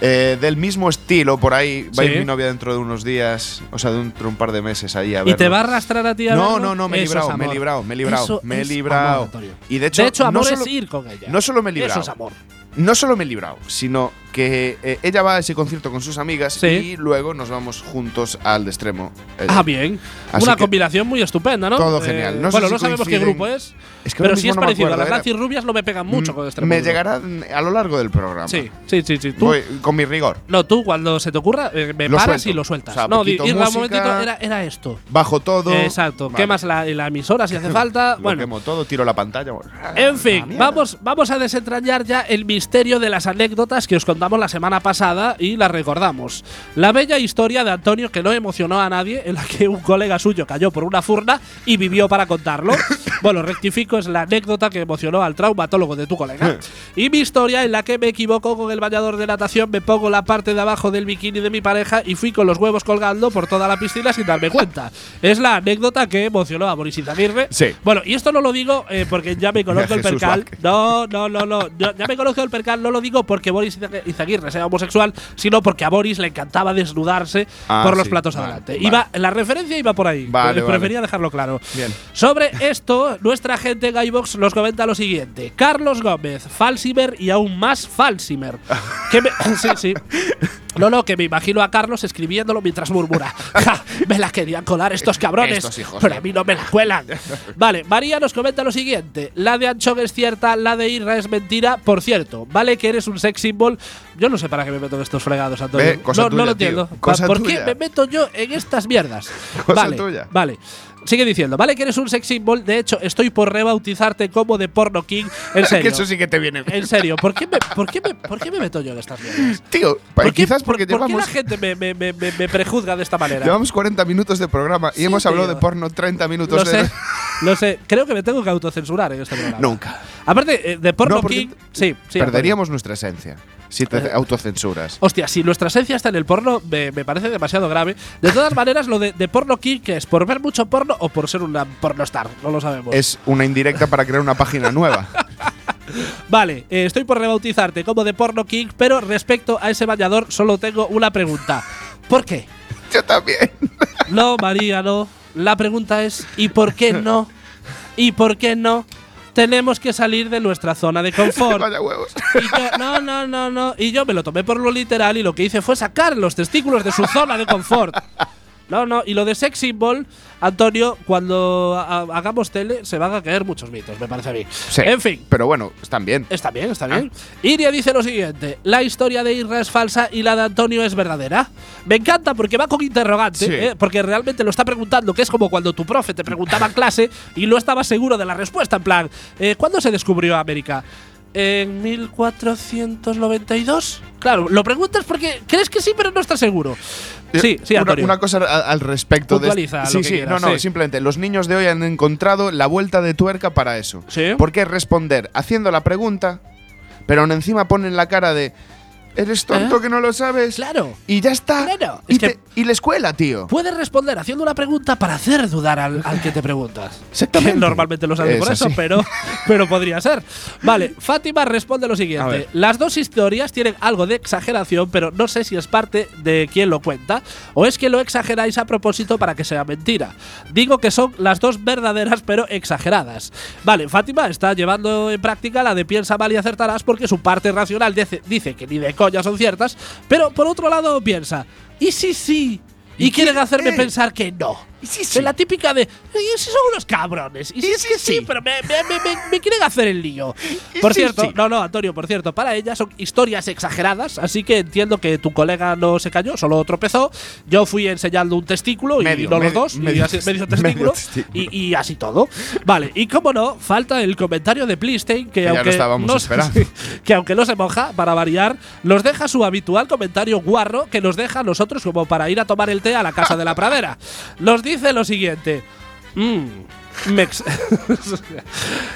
Speaker 5: eh, del mismo estilo por ahí. Va a
Speaker 4: Sí.
Speaker 5: ir mi novia dentro de unos días, o sea, dentro de un par de meses ahí a
Speaker 4: ¿Y te
Speaker 5: verlo.
Speaker 4: va a arrastrar a ti a
Speaker 5: No,
Speaker 4: verlo?
Speaker 5: no, no, me he
Speaker 4: Eso es
Speaker 5: librado, me he
Speaker 4: amor.
Speaker 5: librado, me he librado,
Speaker 4: Eso
Speaker 5: me he
Speaker 4: es
Speaker 5: librado.
Speaker 4: amor, Antonio.
Speaker 5: Y de hecho,
Speaker 4: de hecho
Speaker 5: no
Speaker 4: amor
Speaker 5: solo-
Speaker 4: es ir con ella.
Speaker 5: no solo me he
Speaker 4: Eso
Speaker 5: librado.
Speaker 4: es amor.
Speaker 5: No solo me he librado, sino que eh, ella va a ese concierto con sus amigas
Speaker 4: Sí.
Speaker 5: y luego nos vamos juntos al de extremo. Eh,
Speaker 4: Ah, bien.
Speaker 5: Así
Speaker 4: Una
Speaker 5: que-
Speaker 4: combinación muy estupenda, ¿no? Eh,
Speaker 5: Todo genial. No sé
Speaker 4: bueno,
Speaker 5: si
Speaker 4: no sabemos qué
Speaker 5: coinciden-
Speaker 4: grupo es,
Speaker 5: Es que ahora
Speaker 4: pero sí
Speaker 5: mismo
Speaker 4: es
Speaker 5: no me
Speaker 4: parecido.
Speaker 5: acuerdo,
Speaker 4: Las
Speaker 5: era- Mm,
Speaker 4: Nancy Rubias no me pegan mucho con este
Speaker 5: Me
Speaker 4: mundo.
Speaker 5: llegará mm, a lo largo del programa.
Speaker 4: Sí, sí, sí. sí. Tú,
Speaker 5: Voy con mi rigor.
Speaker 4: no, tú cuando se te ocurra, eh, me
Speaker 5: Lo
Speaker 4: paras
Speaker 5: suelto.
Speaker 4: y lo sueltas.
Speaker 5: O sea,
Speaker 4: no, di-
Speaker 5: poquito
Speaker 4: irra un
Speaker 5: música-
Speaker 4: momentito, era, era esto.
Speaker 5: Bajo todo.
Speaker 4: Exacto.
Speaker 5: Vale.
Speaker 4: Quemas la, la emisora si hace falta.
Speaker 5: Lo
Speaker 4: bueno,
Speaker 5: quemo todo, tiro la pantalla.
Speaker 4: En fin,
Speaker 5: Ah, mierda.
Speaker 4: vamos, vamos a desentrañar ya el misterio de las anécdotas que os contamos la semana pasada y las recordamos. La bella historia de Antonio que no emocionó a nadie, en la que un colega suyo cayó por una furna y vivió para contarlo. bueno, rectifico, es la anécdota que emocionó al traumatólogo de tu colega. y mi historia en la que me equivoco con el bañador de natación, me pongo la parte de abajo del bikini de mi pareja y fui con los huevos colgando por toda la piscina sin darme cuenta. Es la anécdota que emocionó a Boris Izaguirre.
Speaker 5: Sí.
Speaker 4: Bueno, y esto no lo digo eh, porque ya me conozco el
Speaker 5: Jesús
Speaker 4: percal.
Speaker 5: Vázquez.
Speaker 4: No, no, no, no. Yo- ya me conozco el percal, no lo digo porque Boris Iza- Izaguirre sea homosexual, sino porque a Boris le encantaba desnudarse
Speaker 5: Ah,
Speaker 4: por los
Speaker 5: sí,
Speaker 4: platos
Speaker 5: vale,
Speaker 4: adelante.
Speaker 5: vale.
Speaker 4: Iba, la referencia iba por ahí.
Speaker 5: Vale,
Speaker 4: eh,
Speaker 5: vale.
Speaker 4: Prefería dejarlo claro.
Speaker 5: Bien.
Speaker 4: Sobre esto, nuestra gente en iVox nos comenta lo siguiente: Carlos Gómez, Falsimer y aún más Falsimer. Que me- sí, sí. No, no, que me imagino a Carlos escribiéndolo mientras murmura. Ja, me la querían colar estos cabrones.
Speaker 5: Estos hijos
Speaker 4: pero
Speaker 5: de-
Speaker 4: a mí no me la cuelan. Vale, María nos comenta lo siguiente. La de Anchón es cierta, la de Irra es mentira. Por cierto, vale que eres un sex symbol. Yo no sé para qué me meto en estos fregados, Antonio.
Speaker 5: Ve, cosa
Speaker 4: no, no
Speaker 5: tuya,
Speaker 4: lo
Speaker 5: tío.
Speaker 4: entiendo. Pa-
Speaker 5: Cosa
Speaker 4: ¿Por
Speaker 5: tuya.
Speaker 4: qué me meto yo en estas mierdas?
Speaker 5: Cosa
Speaker 4: vale,
Speaker 5: tuya.
Speaker 4: Vale. Sigue diciendo, vale que eres un sex symbol. De hecho, estoy por rebautizarte como de Porno King. En
Speaker 5: que
Speaker 4: serio.
Speaker 5: eso sí que te viene. bien.
Speaker 4: En serio, ¿por qué, me, por, qué me, ¿por qué me meto yo en estas mierdas?
Speaker 5: Tío,
Speaker 4: ¿Por
Speaker 5: pa-
Speaker 4: qué-
Speaker 5: Pues quizás porque
Speaker 4: por- por qué
Speaker 5: llevamos,
Speaker 4: la gente me, me- me- me- me prejuzga de esta manera?
Speaker 5: llevamos 40 minutos de programa y
Speaker 4: Sí,
Speaker 5: hemos hablado
Speaker 4: tío.
Speaker 5: de porno 30 minutos.
Speaker 4: Lo
Speaker 5: de-
Speaker 4: sé, lo sé. Creo que me tengo que autocensurar en este programa.
Speaker 5: Nunca.
Speaker 4: Aparte, eh, de Porno
Speaker 5: No, porque
Speaker 4: King. Sí, sí.
Speaker 5: Perderíamos nuestra esencia si te
Speaker 4: Eh.
Speaker 5: autocensuras.
Speaker 4: Hostia, si nuestra esencia está en el porno, me, me parece demasiado grave. De todas maneras, lo de, de porno king, que es por ver mucho porno o por ser una pornostar, no lo sabemos.
Speaker 5: Es una indirecta para crear una página nueva.
Speaker 4: Vale, eh, estoy por rebautizarte como de porno king, pero respecto a ese bañador, solo tengo una pregunta. ¿Por qué?
Speaker 5: Yo también.
Speaker 4: No, María, no. La pregunta es, ¿y por qué no? ¿Y por qué no? Tenemos que salir de nuestra zona de confort.
Speaker 5: Vaya huevos.
Speaker 4: Y yo- no, no, no, no. Y yo me lo tomé por lo literal y lo que hice fue sacar los testículos de su zona de confort. No, no. Y lo de sex symbol, Antonio, cuando ha- hagamos tele se van a caer muchos mitos, me parece a mí.
Speaker 5: Sí,
Speaker 4: En fin.
Speaker 5: Pero bueno, están bien.
Speaker 4: Está bien, está
Speaker 5: Ah.
Speaker 4: bien. Iria dice lo siguiente: La historia de Irra es falsa y la de Antonio es verdadera. Me encanta porque va con interrogante,
Speaker 5: Sí.
Speaker 4: ¿eh? porque realmente lo está preguntando, que es como cuando tu profe te preguntaba en clase y no estaba seguro de la respuesta. En plan, eh, ¿cuándo se descubrió América? ¿En 1492? Claro, lo preguntas porque crees que sí, pero no estás seguro. Sí, sí,
Speaker 5: Eh, Una-
Speaker 4: Antonio.
Speaker 5: Una, cosa a- al respecto
Speaker 4: Puntualiza
Speaker 5: de. este-
Speaker 4: lo
Speaker 5: Sí,
Speaker 4: que
Speaker 5: sí,
Speaker 4: quieras,
Speaker 5: no, no,
Speaker 4: sí.
Speaker 5: simplemente los niños de hoy han encontrado la vuelta de tuerca para eso.
Speaker 4: Sí.
Speaker 5: Porque responder haciendo la pregunta, pero aún encima ponen la cara de. Eres tonto
Speaker 4: ¿Eh?
Speaker 5: que no lo sabes.
Speaker 4: Claro.
Speaker 5: Y ya está.
Speaker 4: Claro.
Speaker 5: Y,
Speaker 4: Es que-
Speaker 5: te- y la escuela, tío.
Speaker 4: Puedes responder haciendo una pregunta para hacer dudar al, al que te preguntas.
Speaker 5: Exactamente.
Speaker 4: Que normalmente lo sabe
Speaker 5: Es
Speaker 4: por eso,
Speaker 5: así.
Speaker 4: pero, pero podría ser. Vale, Fátima responde lo
Speaker 5: A
Speaker 4: siguiente.
Speaker 5: ver.
Speaker 4: Las dos historias tienen algo de exageración, pero no sé si es parte de quien lo cuenta o es que lo exageráis a propósito para que sea mentira. Digo que son las dos verdaderas, pero exageradas. Vale, Fátima está llevando en práctica la de piensa mal y acertarás porque su parte racional dice, dice que ni de coña son ciertas, pero por otro lado piensa, ¿y sí, sí? Y,
Speaker 5: ¿Y
Speaker 4: quieren
Speaker 5: qué?
Speaker 4: hacerme
Speaker 5: Eh.
Speaker 4: pensar que no.
Speaker 5: sí,
Speaker 4: De la típica de, y si son unos cabrones. Y, si
Speaker 5: Y
Speaker 4: es
Speaker 5: sí,
Speaker 4: que sí,
Speaker 5: sí.
Speaker 4: pero me, me- me- me- me quieren hacer el lío.
Speaker 5: Y
Speaker 4: Por
Speaker 5: sí,
Speaker 4: cierto,
Speaker 5: sí.
Speaker 4: no, no, Antonio, por cierto, para ella son historias exageradas, así que entiendo que tu colega no se cayó, solo tropezó. Yo fui enseñando un testículo y
Speaker 5: Medio,
Speaker 4: no los
Speaker 5: medio,
Speaker 4: dos, y
Speaker 5: medio
Speaker 4: así- medio,
Speaker 5: testículo.
Speaker 4: testículo,
Speaker 5: Medio testículo.
Speaker 4: Y, y así todo. Vale, y como no, falta el comentario de Plistein, que,
Speaker 5: ya lo
Speaker 4: aunque
Speaker 5: estábamos
Speaker 4: no-
Speaker 5: esperando.
Speaker 4: que aunque no se moja, para variar, nos deja su habitual comentario guarro que nos deja a nosotros como para ir a tomar el té a la casa de la pradera. Nos dice lo siguiente. Mm, me ex-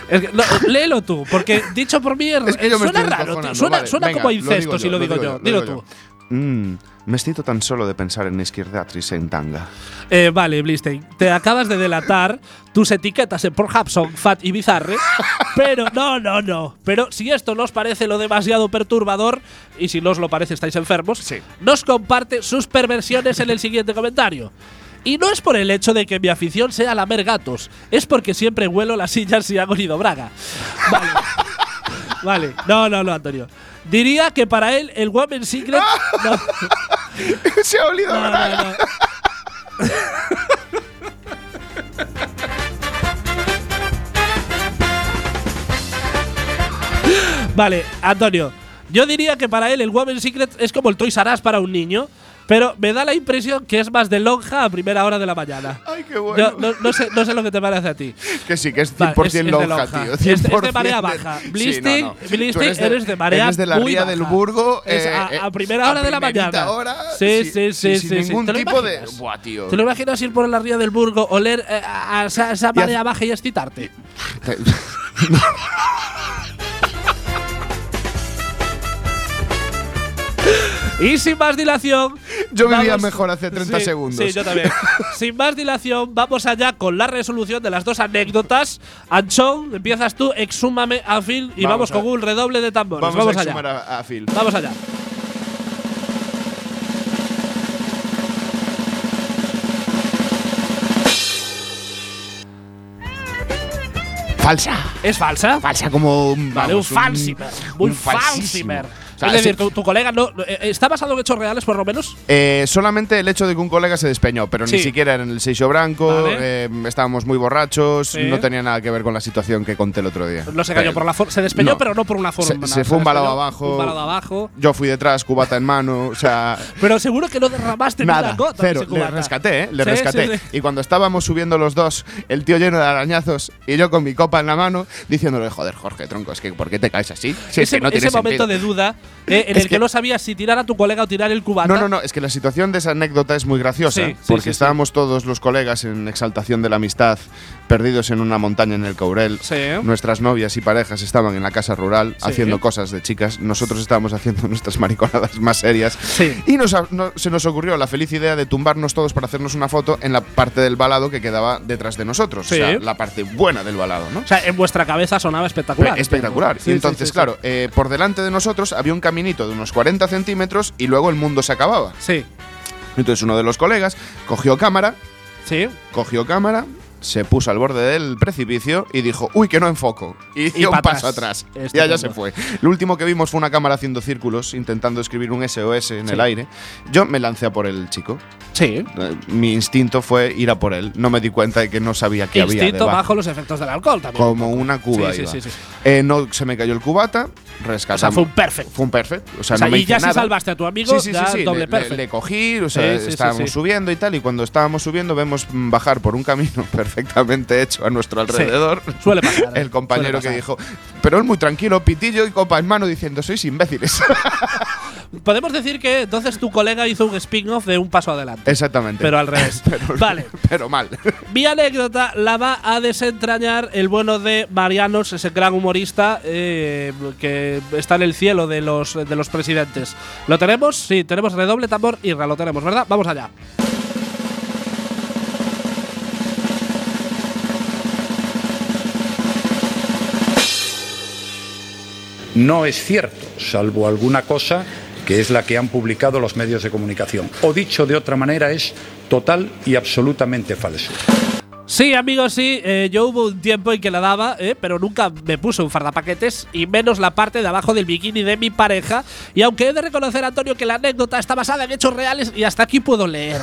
Speaker 4: Es que, no, léelo tú, porque dicho por mí es-
Speaker 5: Es que yo me
Speaker 4: eh, suena
Speaker 5: estoy
Speaker 4: raro. tío,
Speaker 5: descojonando,
Speaker 4: Suena,
Speaker 5: vale,
Speaker 4: suena
Speaker 5: venga,
Speaker 4: como a
Speaker 5: lo digo
Speaker 4: incesto
Speaker 5: yo,
Speaker 4: si lo digo, yo. Dilo
Speaker 5: digo
Speaker 4: tú.
Speaker 5: yo. Mm, me excito tan solo de pensar en Esquirdatris en tanga.
Speaker 4: Eh, vale, Blistein, te acabas de delatar. Tus etiquetas en Pornhub son fat y bizarre. pero no, no, no. Pero si esto nos parece lo demasiado perturbador, y si no os lo parece estáis enfermos,
Speaker 5: Sí.
Speaker 4: nos comparte sus perversiones en el siguiente comentario. Y no es por el hecho de que mi afición sea lamer gatos, es porque siempre huelo las sillas si hago nido braga. Vale. Vale, no, no, no, Antonio. Diría que para él el Woman Secret. no,
Speaker 5: Se ha olido,
Speaker 4: no,
Speaker 5: ¿verdad?
Speaker 4: no, no. Vale, Antonio. Yo diría que para él el Woman Secret es como el Toys R Us para un niño, pero me da la impresión que es más de lonja a primera hora de la mañana.
Speaker 5: Ay, qué bueno.
Speaker 4: Yo no, no sé, no sé lo que te parece a ti.
Speaker 5: Que sí, que es 100%
Speaker 4: Vale, es- es de
Speaker 5: lonja,
Speaker 4: lonja.
Speaker 5: tío.
Speaker 4: Es de- es de
Speaker 5: 100%
Speaker 4: marea baja. Blisting-
Speaker 5: Tú
Speaker 4: blisting eres de marea
Speaker 5: Eres de la
Speaker 4: muy
Speaker 5: ría
Speaker 4: baja.
Speaker 5: del Burgo.
Speaker 4: Es
Speaker 5: eh,
Speaker 4: a-
Speaker 5: eh,
Speaker 4: a primera hora de la
Speaker 5: primerita
Speaker 4: mañana.
Speaker 5: hora,
Speaker 4: Sí, sí,
Speaker 5: sin-
Speaker 4: sí,
Speaker 5: sin
Speaker 4: sí, sí.
Speaker 5: ningún
Speaker 4: ¿Te lo
Speaker 5: tipo de.
Speaker 4: imaginas?
Speaker 5: Buah, tío.
Speaker 4: ¿Te lo imaginas ir por la ría del Burgo, oler eh, a, a esa, esa
Speaker 5: Y
Speaker 4: marea
Speaker 5: hace-
Speaker 4: baja y excitarte? Y sin más dilación.
Speaker 5: Yo vivía mejor hace 30
Speaker 4: Sí,
Speaker 5: segundos.
Speaker 4: Sí, yo también. sin más dilación, vamos allá con la resolución de las dos anécdotas. Anchón, empiezas tú, exhúmame a Phil y vamos,
Speaker 5: Vamos a-
Speaker 4: con un redoble de tambores.
Speaker 5: Vamos,
Speaker 4: Vamos,
Speaker 5: a
Speaker 4: allá.
Speaker 5: exhumar a, a Phil.
Speaker 4: Vamos allá.
Speaker 5: Falsa.
Speaker 4: ¿Es falsa?
Speaker 5: Falsa como un.
Speaker 4: Vale,
Speaker 5: vamos,
Speaker 4: un falsimer. Muy
Speaker 5: un falsísimo.
Speaker 4: falsimer.
Speaker 5: O sea,
Speaker 4: es decir,
Speaker 5: sí,
Speaker 4: tu, tu colega no. eh, ¿Está basado en hechos reales, por lo menos?
Speaker 5: Eh, solamente el hecho de que un colega se despeñó, pero
Speaker 4: Sí.
Speaker 5: ni siquiera era en el Seixo Branco,
Speaker 4: Vale.
Speaker 5: eh, estábamos muy borrachos,
Speaker 4: Sí.
Speaker 5: no tenía nada que ver con la situación que conté el otro día. Eh,
Speaker 4: No se cayó
Speaker 5: Pero-
Speaker 4: por la for- Se despeñó,
Speaker 5: no.
Speaker 4: pero no por una forma.
Speaker 5: Se- se fue un balado
Speaker 4: despeñó
Speaker 5: abajo.
Speaker 4: Un balado abajo.
Speaker 5: Yo fui detrás, cubata en mano, o sea,
Speaker 4: Pero seguro que no derramaste ni
Speaker 5: nada,
Speaker 4: una gota. de
Speaker 5: cero.
Speaker 4: ese
Speaker 5: Le
Speaker 4: cubata.
Speaker 5: rescaté, ¿eh? Le
Speaker 4: Sí,
Speaker 5: rescaté.
Speaker 4: sí, sí.
Speaker 5: Y cuando estábamos subiendo los dos, el tío lleno de arañazos y yo con mi copa en la mano, diciéndole, joder, Jorge, tronco, es que ¿por qué te caes así? Si es
Speaker 4: ese
Speaker 5: que no tiene
Speaker 4: ese momento
Speaker 5: sentido".
Speaker 4: de duda eh, en
Speaker 5: Es
Speaker 4: el que,
Speaker 5: que-
Speaker 4: no sabías si tirar a tu colega o tirar el cubata.
Speaker 5: No, no, no, es que la situación de esa anécdota es muy graciosa,
Speaker 4: Sí, sí,
Speaker 5: porque
Speaker 4: sí, sí.
Speaker 5: estábamos todos los colegas en exaltación de la amistad, perdidos en una montaña en el Caurel.
Speaker 4: Sí.
Speaker 5: Nuestras novias y parejas estaban en la casa rural
Speaker 4: ¿Eh? Sí.
Speaker 5: haciendo cosas de chicas, nosotros estábamos haciendo nuestras mariconadas más serias.
Speaker 4: Sí.
Speaker 5: Y nos a- no- se nos ocurrió la feliz idea de tumbarnos todos para hacernos una foto en la parte del balado que quedaba detrás de nosotros,
Speaker 4: Sí.
Speaker 5: o sea, la parte buena del balado, ¿no?
Speaker 4: O sea, en vuestra cabeza sonaba espectacular.
Speaker 5: espectacular.
Speaker 4: Sí, sí,
Speaker 5: y
Speaker 4: sí,
Speaker 5: entonces,
Speaker 4: sí.
Speaker 5: claro, eh, por delante de nosotros había un caminito de unos 40 centímetros y luego el mundo se acababa.
Speaker 4: Sí,
Speaker 5: Entonces uno de los colegas cogió cámara,
Speaker 4: sí.
Speaker 5: cogió cámara, se puso al borde del precipicio y dijo, uy, que no enfoco. Y dio
Speaker 4: pa'
Speaker 5: un paso
Speaker 4: atrás.
Speaker 5: atrás.
Speaker 4: Estupendo.
Speaker 5: Y allá se fue. Lo último que vimos fue una cámara haciendo círculos, intentando escribir un SOS en
Speaker 4: Sí.
Speaker 5: el aire. Yo me lancé a por el chico.
Speaker 4: Sí.
Speaker 5: Eh, Mi instinto fue ir a por él. No me di cuenta de que no sabía qué había
Speaker 4: Instinto
Speaker 5: debajo.
Speaker 4: bajo los efectos del alcohol también.
Speaker 5: Como una cuba
Speaker 4: Sí, sí,
Speaker 5: iba.
Speaker 4: sí, sí.
Speaker 5: Eh, no se me cayó el cubata,
Speaker 4: o sea,
Speaker 5: rescatamos.
Speaker 4: fue un perfect.
Speaker 5: fue un perfect. O sea,
Speaker 4: O sea,
Speaker 5: no me
Speaker 4: y
Speaker 5: hice
Speaker 4: ya si
Speaker 5: nada.
Speaker 4: salvaste a tu amigo,
Speaker 5: Sí, sí, sí,
Speaker 4: ya
Speaker 5: sí,
Speaker 4: doble
Speaker 5: le,
Speaker 4: perfect.
Speaker 5: le- le cogí, o sea,
Speaker 4: Sí, sí, sí,
Speaker 5: estábamos
Speaker 4: sí.
Speaker 5: subiendo y tal, y cuando estábamos subiendo vemos mm, bajar por un camino perfectamente hecho a nuestro alrededor.
Speaker 4: Suele pasar.
Speaker 5: El compañero que
Speaker 4: suele
Speaker 5: dijo, pero él muy tranquilo, pitillo y copa en mano diciendo, sois imbéciles.
Speaker 4: pasar. Podemos decir que entonces tu colega hizo un spin-off de un paso adelante.
Speaker 5: Exactamente.
Speaker 4: Pero al revés.
Speaker 5: Pero-
Speaker 4: vale.
Speaker 5: Pero mal.
Speaker 4: Mi anécdota la va a desentrañar el bueno de Marianos, ese gran humorista eh, que está en el cielo de los, de los presidentes. ¿Lo tenemos? Sí, tenemos redoble tambor y lo tenemos, ¿verdad? Vamos allá.
Speaker 1: No es cierto, salvo alguna cosa que es la que han publicado los medios de comunicación. O dicho de otra manera, es total y absolutamente falso.
Speaker 4: Sí, amigos, sí, eh, yo hubo un tiempo en que la daba, eh, pero nunca me puse un fardapaquetes y menos la parte de abajo del bikini de mi pareja. Y aunque he de reconocer, Antonio, que la anécdota está basada en hechos reales y hasta aquí puedo leer.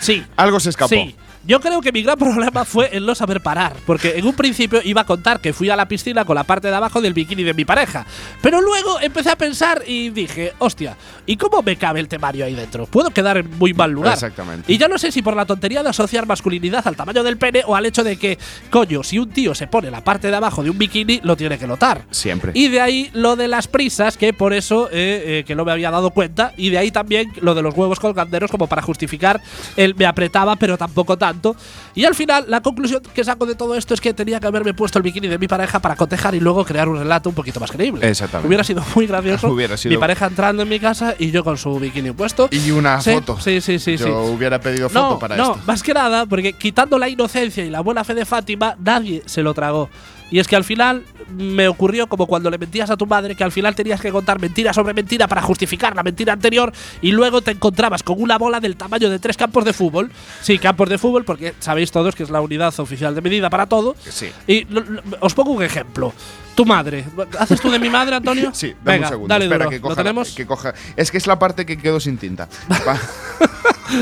Speaker 4: Sí.
Speaker 5: Algo se escapó.
Speaker 4: Sí. Yo creo que mi gran problema fue el no saber parar, porque en un principio iba a contar que fui a la piscina con la parte de abajo del bikini de mi pareja, pero luego empecé a pensar y dije, hostia, ¿y cómo me cabe el temario ahí dentro? Puedo quedar en muy mal lugar.
Speaker 5: Exactamente.
Speaker 4: Y ya no sé si por la tontería de asociar masculinidad al tamaño del pene o al hecho de que, coño, si un tío se pone la parte de abajo de un bikini, lo tiene que notar.
Speaker 5: Siempre.
Speaker 4: Y de ahí lo de las prisas, que por eso eh, eh, que no me había dado cuenta. Y de ahí también lo de los huevos colganderos, como para justificar el me apretaba, pero tampoco tanto. Y al final, la conclusión que saco de todo esto es que tenía que haberme puesto el bikini de mi pareja para cotejar y luego crear un relato un poquito más creíble.
Speaker 5: Exactamente.
Speaker 4: Hubiera sido muy gracioso.
Speaker 5: Hubiera sido-
Speaker 4: Mi pareja entrando en mi casa y yo con su bikini puesto.
Speaker 5: Y una
Speaker 4: Sí,
Speaker 5: foto.
Speaker 4: Sí, sí, sí.
Speaker 5: Yo
Speaker 4: sí.
Speaker 5: hubiera pedido foto
Speaker 4: No,
Speaker 5: para
Speaker 4: no,
Speaker 5: esto.
Speaker 4: más que nada, porque quitando la inocencia y la buena fe de Fátima, nadie se lo tragó. Y es que al final me ocurrió como cuando le mentías a tu madre que al final tenías que contar mentira sobre mentira para justificar la mentira anterior y luego te encontrabas con una bola del tamaño de tres campos de fútbol. Sí, campos de fútbol, porque sabéis todos que es la unidad oficial de medida para todo.
Speaker 5: Sí.
Speaker 4: Y lo- lo- os pongo un ejemplo. Tu madre. ¿Haces tú de mi madre, Antonio?
Speaker 5: Sí, dame
Speaker 4: Venga,
Speaker 5: un segundo.
Speaker 4: Dale
Speaker 5: Espera
Speaker 4: duro.
Speaker 5: que
Speaker 4: ¿Lo
Speaker 5: coja,
Speaker 4: tenemos?
Speaker 5: que coja- Es que es la parte que quedó sin tinta. Va.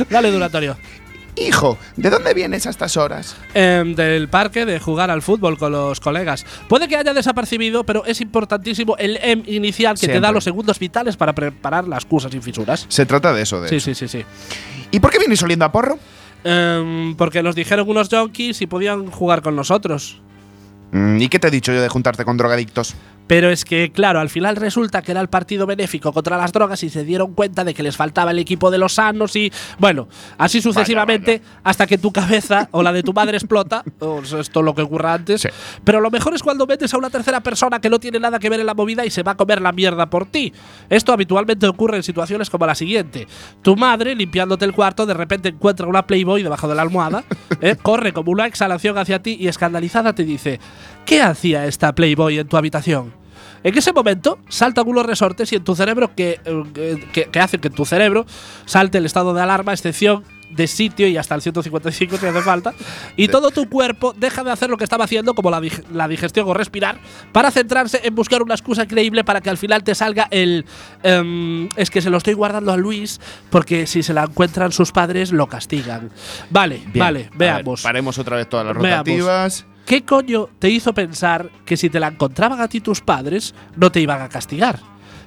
Speaker 4: Dale duro, Antonio.
Speaker 5: Hijo, ¿de dónde vienes a estas horas?
Speaker 4: Em, del parque de jugar al fútbol con los colegas. Puede que haya desapercibido, pero es importantísimo el M inicial que te da
Speaker 5: Siempre.
Speaker 4: los segundos vitales para preparar las cosas sin fisuras.
Speaker 5: Se trata de eso, de.
Speaker 4: Sí, sí, sí, sí.
Speaker 5: ¿Y por qué vienes oliendo a porro?
Speaker 4: Em, porque nos dijeron unos junkies si podían jugar con nosotros.
Speaker 5: Mm, ¿Y qué te he dicho yo de juntarte con drogadictos?
Speaker 4: Pero es que, claro, al final resulta que era el partido benéfico contra las drogas y se dieron cuenta de que les faltaba el equipo de los sanos y, bueno, así sucesivamente hasta que tu cabeza o la de tu madre explota. o sea, esto es lo que ocurra antes.
Speaker 5: Sí.
Speaker 4: Pero lo mejor es cuando metes a una tercera persona que no tiene nada que ver en la movida y se va a comer la mierda por ti. Esto habitualmente ocurre en situaciones como la siguiente. Tu madre, limpiándote el cuarto, de repente encuentra una Playboy debajo de la almohada, ¿eh? corre como una exhalación hacia ti y escandalizada te dice, ¿qué hacía esta Playboy en tu habitación? En ese momento saltan unos resortes y en tu cerebro que, eh, que, que hacen que en tu cerebro salte el estado de alarma, excepción de sitio y hasta el 155 si hace falta. Y todo tu cuerpo deja de hacer lo que estaba haciendo, como la, dig- la digestión o respirar, para centrarse en buscar una excusa creíble para que al final te salga el... em, es que se lo estoy guardando a Luis porque si se la encuentran sus padres lo castigan. Vale,
Speaker 5: Bien, a
Speaker 4: vale,
Speaker 5: ver,
Speaker 4: veamos.
Speaker 5: paremos otra vez todas las
Speaker 4: Veamos.
Speaker 5: rotativas.
Speaker 4: ¿Qué coño te hizo pensar que si te la encontraban a ti tus padres, no te iban a castigar?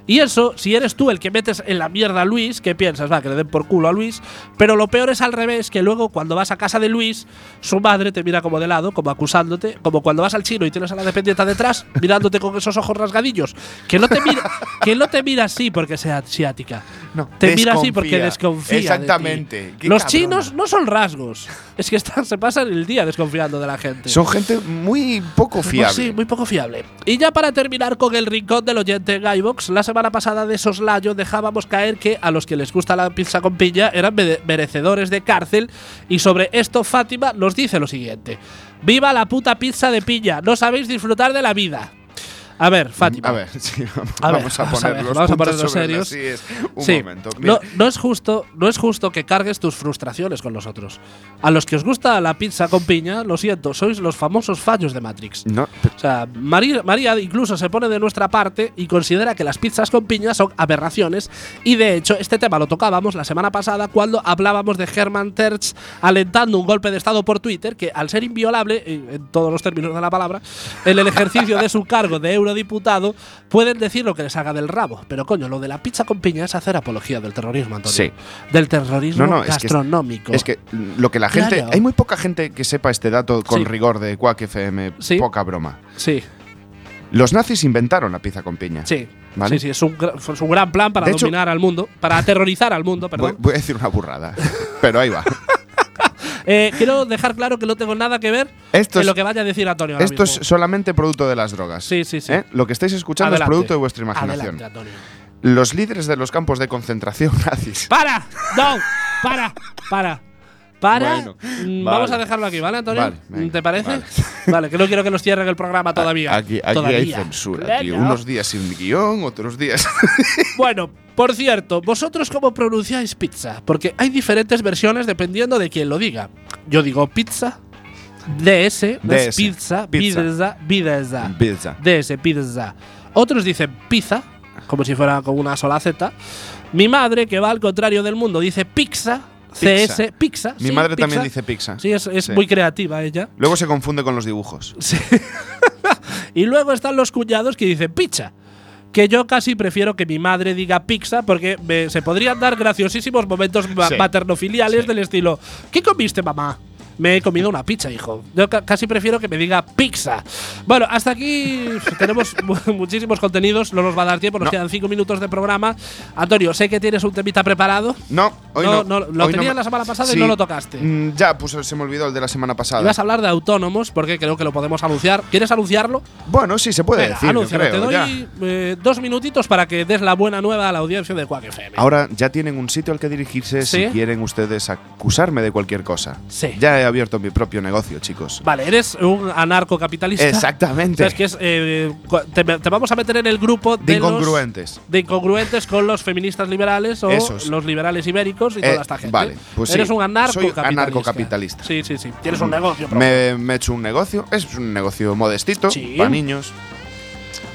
Speaker 4: Y eso, si eres tú el que metes en la mierda a Luis, que piensas, va, que le den por culo a Luis, pero lo peor es al revés, que luego cuando vas a casa de Luis, su madre te mira como de lado, como acusándote, como cuando vas al chino y tienes a la dependiente detrás, mirándote con esos ojos rasgadillos, que no te mira, que no te mira así porque sea asiática.
Speaker 5: No,
Speaker 4: te mira así
Speaker 5: desconfía.
Speaker 4: porque desconfía. de ti.
Speaker 5: Exactamente, qué
Speaker 4: Los
Speaker 5: cabrona.
Speaker 4: chinos no son rasgos. Es que están, se pasan el día desconfiando de la gente.
Speaker 5: Son gente muy poco
Speaker 4: Pues
Speaker 5: fiable.
Speaker 4: sí, muy poco fiable. Y ya para terminar con el rincón del oyente en iVox, la semana pasada de soslayo dejábamos caer que a los que les gusta la pizza con piña eran mere- merecedores de cárcel. Y sobre esto, Fátima nos dice lo siguiente: ¡Viva la puta pizza de piña! No sabéis disfrutar de la vida. A ver, Fátima.
Speaker 5: Mm, A ver, sí, vamos,
Speaker 4: A ver,
Speaker 5: vamos a
Speaker 4: vamos a
Speaker 5: poner
Speaker 4: ver,
Speaker 5: los
Speaker 4: vamos a
Speaker 5: puntos
Speaker 4: ponernos
Speaker 5: sobre
Speaker 4: serios.
Speaker 5: las íes. Un
Speaker 4: Sí.
Speaker 5: momento.
Speaker 4: No,
Speaker 5: mira.
Speaker 4: no es justo, no es justo que cargues tus frustraciones con los otros. A los que os gusta la pizza con piña, lo siento, sois los famosos fallos de Matrix.
Speaker 5: No, pero-
Speaker 4: O sea, María, María incluso se pone de nuestra parte y considera que las pizzas con piña son aberraciones. Y de hecho, este tema lo tocábamos la semana pasada cuando hablábamos de Herman Terz alentando un golpe de Estado por Twitter, que al ser inviolable, en en todos los términos de la palabra, en el ejercicio de su cargo de eurodiputado, pueden decir lo que les haga del rabo. Pero coño, lo de la pizza con piña es hacer apología del terrorismo, Antonio.
Speaker 5: Sí.
Speaker 4: Del terrorismo
Speaker 5: No, no, es que es-
Speaker 4: gastronómico.
Speaker 5: es que lo que la gente.
Speaker 4: Claro.
Speaker 5: Hay muy poca gente que sepa este dato con
Speaker 4: Sí.
Speaker 5: rigor de Quack FM.
Speaker 4: Sí.
Speaker 5: Poca broma.
Speaker 4: Sí,
Speaker 5: Los nazis inventaron la pizza con piña.
Speaker 4: sí.
Speaker 5: Vale.
Speaker 4: Sí, sí, es un, gra- es un gran plan para
Speaker 5: De hecho-
Speaker 4: dominar al mundo, para aterrorizar al mundo,
Speaker 5: Voy,
Speaker 4: perdón.
Speaker 5: voy a decir una burrada, pero ahí va.
Speaker 4: Eh, quiero dejar claro que no tengo nada que ver
Speaker 5: Esto
Speaker 4: en
Speaker 5: es-
Speaker 4: lo que vaya a decir Antonio. ahora
Speaker 5: Esto es
Speaker 4: mismo.
Speaker 5: solamente producto de las drogas.
Speaker 4: Sí, sí, sí.
Speaker 5: ¿Eh? Lo que estáis escuchando
Speaker 4: Adelante.
Speaker 5: es producto de vuestra imaginación.
Speaker 4: Adelante, Antonio.
Speaker 5: Los líderes de los campos de concentración nazis.
Speaker 4: ¡Para! ¡No! ¡Para! ¡Para! ¡Para!
Speaker 5: Bueno,
Speaker 4: Mm,
Speaker 5: vale.
Speaker 4: Vamos a dejarlo aquí, ¿vale, Antonio?
Speaker 5: Vale, venga,
Speaker 4: ¿Te parece? Vale.
Speaker 5: vale.
Speaker 4: que no quiero que nos cierren el programa todavía.
Speaker 5: Aquí, aquí
Speaker 4: Todavía.
Speaker 5: hay censura, tío.
Speaker 4: Claro.
Speaker 5: Unos días sin guión, otros días.
Speaker 4: Bueno, por cierto, ¿vosotros cómo pronunciáis pizza? Porque hay diferentes versiones dependiendo de quién lo diga. Yo digo pizza, DS, no es
Speaker 5: DS,
Speaker 4: pizza,
Speaker 5: pizza.
Speaker 4: pizza, pizza,
Speaker 5: Pizza.
Speaker 4: DS, pizza. Otros dicen pizza, como si fuera con una sola Z. Mi madre, que va al contrario del mundo, dice pizza,
Speaker 5: Pizza.
Speaker 4: CS, pizza.
Speaker 5: Mi
Speaker 4: sí,
Speaker 5: madre también
Speaker 4: pizza.
Speaker 5: dice pizza.
Speaker 4: Sí, es, es
Speaker 5: Sí.
Speaker 4: muy creativa ella.
Speaker 5: Luego se confunde con los dibujos.
Speaker 4: Sí. y luego están los cuñados que dicen pizza. Que yo casi prefiero que mi madre diga pizza porque me- se podrían dar graciosísimos momentos ma-
Speaker 5: Sí.
Speaker 4: maternofiliales
Speaker 5: Sí.
Speaker 4: del estilo ¿Qué comiste, mamá? Me he comido una pizza, hijo. Yo ca- casi prefiero que me diga pizza. Bueno, hasta aquí tenemos mu- muchísimos contenidos. No nos va a dar tiempo, nos
Speaker 5: No.
Speaker 4: quedan cinco minutos de programa. Antonio, sé que tienes un temita preparado.
Speaker 5: No, hoy
Speaker 4: No,
Speaker 5: no.
Speaker 4: no, lo
Speaker 5: hoy
Speaker 4: tenías
Speaker 5: me-
Speaker 4: la semana pasada y no lo tocaste.
Speaker 5: Mm, Ya, pues se me olvidó el de la semana pasada.
Speaker 4: Ibas a hablar de autónomos porque creo que lo podemos anunciar. ¿Quieres anunciarlo?
Speaker 5: Bueno, sí, se puede
Speaker 4: Venga,
Speaker 5: decir, yo
Speaker 4: anúncialo.
Speaker 5: creo, ya.
Speaker 4: te doy eh, dos minutitos para que des la buena nueva a la audiencia de Quack FM.
Speaker 5: Ahora ya tienen un sitio al que dirigirse
Speaker 4: Sí.
Speaker 5: si quieren ustedes acusarme de cualquier cosa.
Speaker 4: Sí.
Speaker 5: Ya he abierto mi propio negocio, chicos.
Speaker 4: Vale, eres un anarcocapitalista.
Speaker 5: Exactamente.
Speaker 4: O sea, es que es, eh, te, te, vamos a meter en el grupo de,
Speaker 5: de incongruentes.
Speaker 4: Los, de incongruentes con los feministas liberales o Esos. los liberales ibéricos y eh, toda esta gente.
Speaker 5: Vale, pues
Speaker 4: Eres
Speaker 5: sí,
Speaker 4: un anarcocapitalista.
Speaker 5: anarcocapitalista.
Speaker 4: Sí, sí, sí. Tienes un negocio.
Speaker 5: Me, me he hecho un negocio. Es un negocio modestito
Speaker 4: Sí.
Speaker 5: para niños.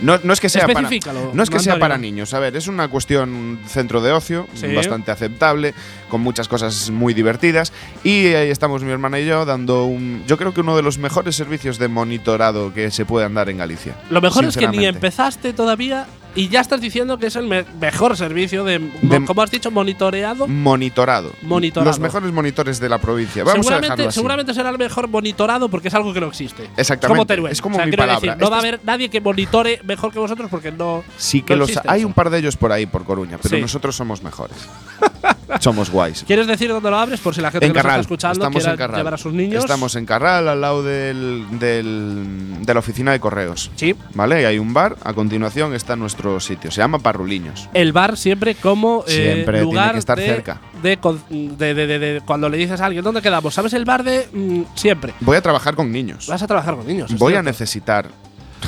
Speaker 5: No, no es que sea para,
Speaker 4: Especifícalo,
Speaker 5: no es que sea
Speaker 4: Antonio.
Speaker 5: para niños. A ver, es una cuestión un centro de ocio
Speaker 4: Sí.
Speaker 5: bastante aceptable, con muchas cosas muy divertidas. Y ahí estamos mi hermana y yo dando un. Yo creo que uno de los mejores servicios de monitorado que se puedan dar en Galicia.
Speaker 4: Lo mejor es que ni
Speaker 5: sinceramente.
Speaker 4: empezaste todavía y ya estás diciendo que es el me- mejor servicio de,
Speaker 5: De-
Speaker 4: como has dicho, monitoreado.
Speaker 5: Monitorado.
Speaker 4: Monitorado.
Speaker 5: Los mejores monitores de la provincia. Vamos a
Speaker 4: seguramente,
Speaker 5: dejarlo así.
Speaker 4: seguramente será el mejor monitorado porque es algo que no existe.
Speaker 5: Exactamente.
Speaker 4: Es como Teruel.
Speaker 5: Es como
Speaker 4: O sea,
Speaker 5: mi
Speaker 4: quiero
Speaker 5: palabra.
Speaker 4: decir, no
Speaker 5: Esto
Speaker 4: va a
Speaker 5: es-
Speaker 4: haber nadie que monitore mejor que vosotros porque no.
Speaker 5: Sí que
Speaker 4: no
Speaker 5: los
Speaker 4: existe
Speaker 5: hay
Speaker 4: eso.
Speaker 5: un par de ellos por ahí por Coruña, pero
Speaker 4: Sí.
Speaker 5: nosotros somos mejores. somos guays.
Speaker 4: ¿Quieres decir dónde lo abres? Por si la gente
Speaker 5: En
Speaker 4: que nos está
Speaker 5: Carral.
Speaker 4: escuchando
Speaker 5: Estamos
Speaker 4: quiera
Speaker 5: en Carral.
Speaker 4: llevar a sus niños.
Speaker 5: Estamos en Carral, al lado del, del- de la oficina de correos.
Speaker 4: Sí.
Speaker 5: ¿Vale? Y hay un bar. A continuación está nuestro sitio. Se llama Parruliños.
Speaker 4: El bar siempre como eh,
Speaker 5: Siempre tiene
Speaker 4: lugar
Speaker 5: que estar
Speaker 4: de,
Speaker 5: cerca.
Speaker 4: De, con- de- de- de- de- cuando le dices a alguien dónde quedamos. ¿Sabes el bar de mm, siempre?
Speaker 5: Voy a trabajar con niños.
Speaker 4: Vas a trabajar con niños. es
Speaker 5: Voy a
Speaker 4: cierto.
Speaker 5: necesitar.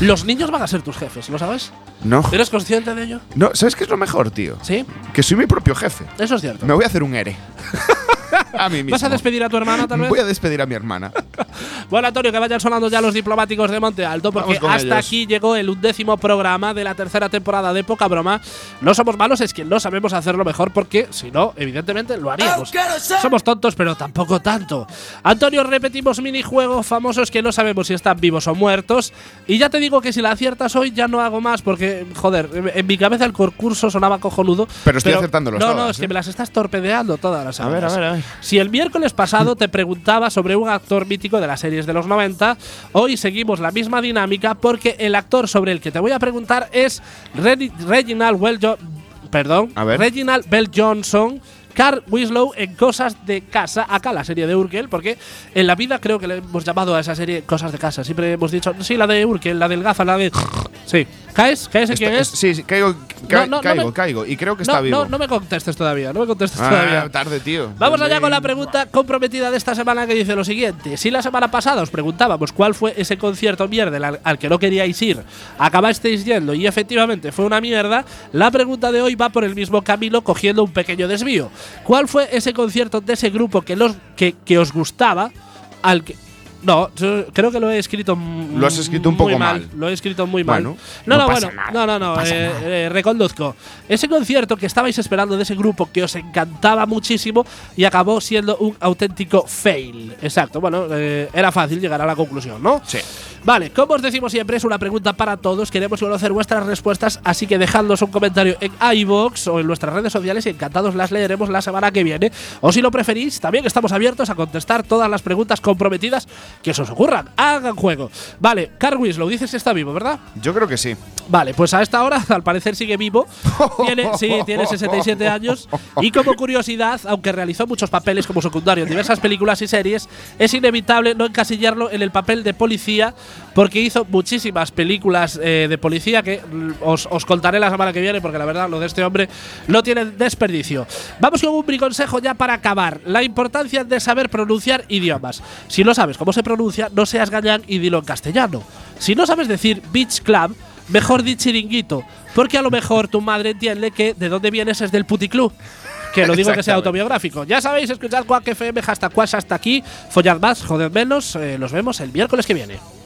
Speaker 4: Los niños van a ser tus jefes, ¿lo sabes?
Speaker 5: No.
Speaker 4: ¿Eres consciente de ello?
Speaker 5: No, ¿sabes qué es lo mejor, tío?
Speaker 4: Sí,
Speaker 5: Que soy mi propio jefe.
Speaker 4: eso es cierto.
Speaker 5: Me voy a hacer un ere. a mí mismo.
Speaker 4: ¿Vas a despedir a tu hermana tal vez?
Speaker 5: Voy a despedir a mi hermana.
Speaker 4: Bueno, Antonio, que vayan sonando ya los diplomáticos de Monte Alto, porque
Speaker 5: Vamos con
Speaker 4: hasta
Speaker 5: ellos.
Speaker 4: aquí llegó el undécimo programa de la tercera temporada de Poca Broma. No somos malos, es que no sabemos hacerlo mejor, porque si no, evidentemente lo haríamos. Somos tontos, pero tampoco tanto. Antonio, repetimos minijuegos famosos que no sabemos si están vivos o muertos. Y ya te digo que si la aciertas hoy, ya no hago más, porque, joder, en- en mi cabeza el concurso sonaba cojonudo.
Speaker 5: Pero estoy acertándolos
Speaker 4: No, no,
Speaker 5: todas,
Speaker 4: es que
Speaker 5: ¿eh?
Speaker 4: me las estás torpedeando todas las
Speaker 5: ver,
Speaker 4: semanas.
Speaker 5: a ver, a ver.
Speaker 4: Si el miércoles pasado te preguntaba sobre un actor mítico de las series de los 90, hoy seguimos la misma dinámica porque el actor sobre el que te voy a preguntar es Reni- Reginald Well Jo- perdón,
Speaker 5: A ver.
Speaker 4: Reginald Bell Johnson. Carl Winslow en Cosas de Casa, acá la serie de Urkel, porque en la vida creo que le hemos llamado a esa serie Cosas de Casa. Siempre hemos dicho, sí, la de Urkel, la del gafa, la de. Sí. ¿Caes? ¿Caes en quién
Speaker 5: Esto-
Speaker 4: es?
Speaker 5: Sí, sí, caigo,
Speaker 4: No,
Speaker 5: ca-
Speaker 4: no, no
Speaker 5: caigo,
Speaker 4: me-
Speaker 5: caigo. Y creo Este que
Speaker 4: no,
Speaker 5: está vivo.
Speaker 4: No, no me contestes todavía, no me contestes
Speaker 5: Ah,
Speaker 4: todavía.
Speaker 5: tarde, tío.
Speaker 4: Vamos allá
Speaker 5: Ven.
Speaker 4: con la pregunta comprometida de esta semana que dice lo siguiente. Si la semana pasada os preguntábamos cuál fue ese concierto mierda al, al que no queríais ir, acabasteis yendo y efectivamente fue una mierda, la pregunta de hoy va por el mismo camino cogiendo un pequeño desvío. ¿Cuál fue ese concierto de ese grupo que, los, que, que os gustaba al que... No, yo creo que lo he escrito m-
Speaker 5: Lo has escrito un poco
Speaker 4: muy
Speaker 5: mal.
Speaker 4: Lo he escrito muy mal.
Speaker 5: Bueno,
Speaker 4: no,
Speaker 5: no
Speaker 4: no,
Speaker 5: pasa
Speaker 4: bueno.
Speaker 5: nada,
Speaker 4: no, no, no.
Speaker 5: no pasa
Speaker 4: eh,
Speaker 5: nada.
Speaker 4: eh, reconduzco. Ese concierto que estabais esperando de ese grupo que os encantaba muchísimo y acabó siendo un auténtico fail. Exacto, bueno, eh, era fácil llegar a la conclusión, ¿no?
Speaker 5: Sí.
Speaker 4: Vale, como os decimos siempre, es una pregunta para todos. Queremos conocer vuestras respuestas, así que dejadnos un comentario en iBox o en nuestras redes sociales y encantados las leeremos la semana que viene. O si lo preferís, también estamos abiertos a contestar todas las preguntas comprometidas que se os ocurran. Hagan juego. Vale, Carwis, lo dices está vivo, ¿verdad?
Speaker 5: Yo creo que sí.
Speaker 4: Vale, pues a esta hora al parecer sigue vivo. Tiene, sí, tiene 67 años. Y como curiosidad, aunque realizó muchos papeles como secundario en diversas películas y series, es inevitable no encasillarlo en el papel de policía porque hizo muchísimas películas eh, de policía que mm, os, os contaré la semana que viene porque la verdad lo de este hombre no tiene desperdicio. Vamos con un briconsejo ya para acabar. La importancia de saber pronunciar idiomas. Si no sabes cómo se pronuncia, no seas gañán y dilo en castellano. Si no sabes decir beach club, Mejor di chiringuito, porque a lo mejor tu madre entiende que de dónde vienes es del puticlub. Que lo digo que sea
Speaker 5: Exactamente.
Speaker 4: autobiográfico. Ya sabéis, escuchad Quack FM, hashtag Quash hasta aquí, follad más, joded menos, eh, nos vemos el miércoles que viene.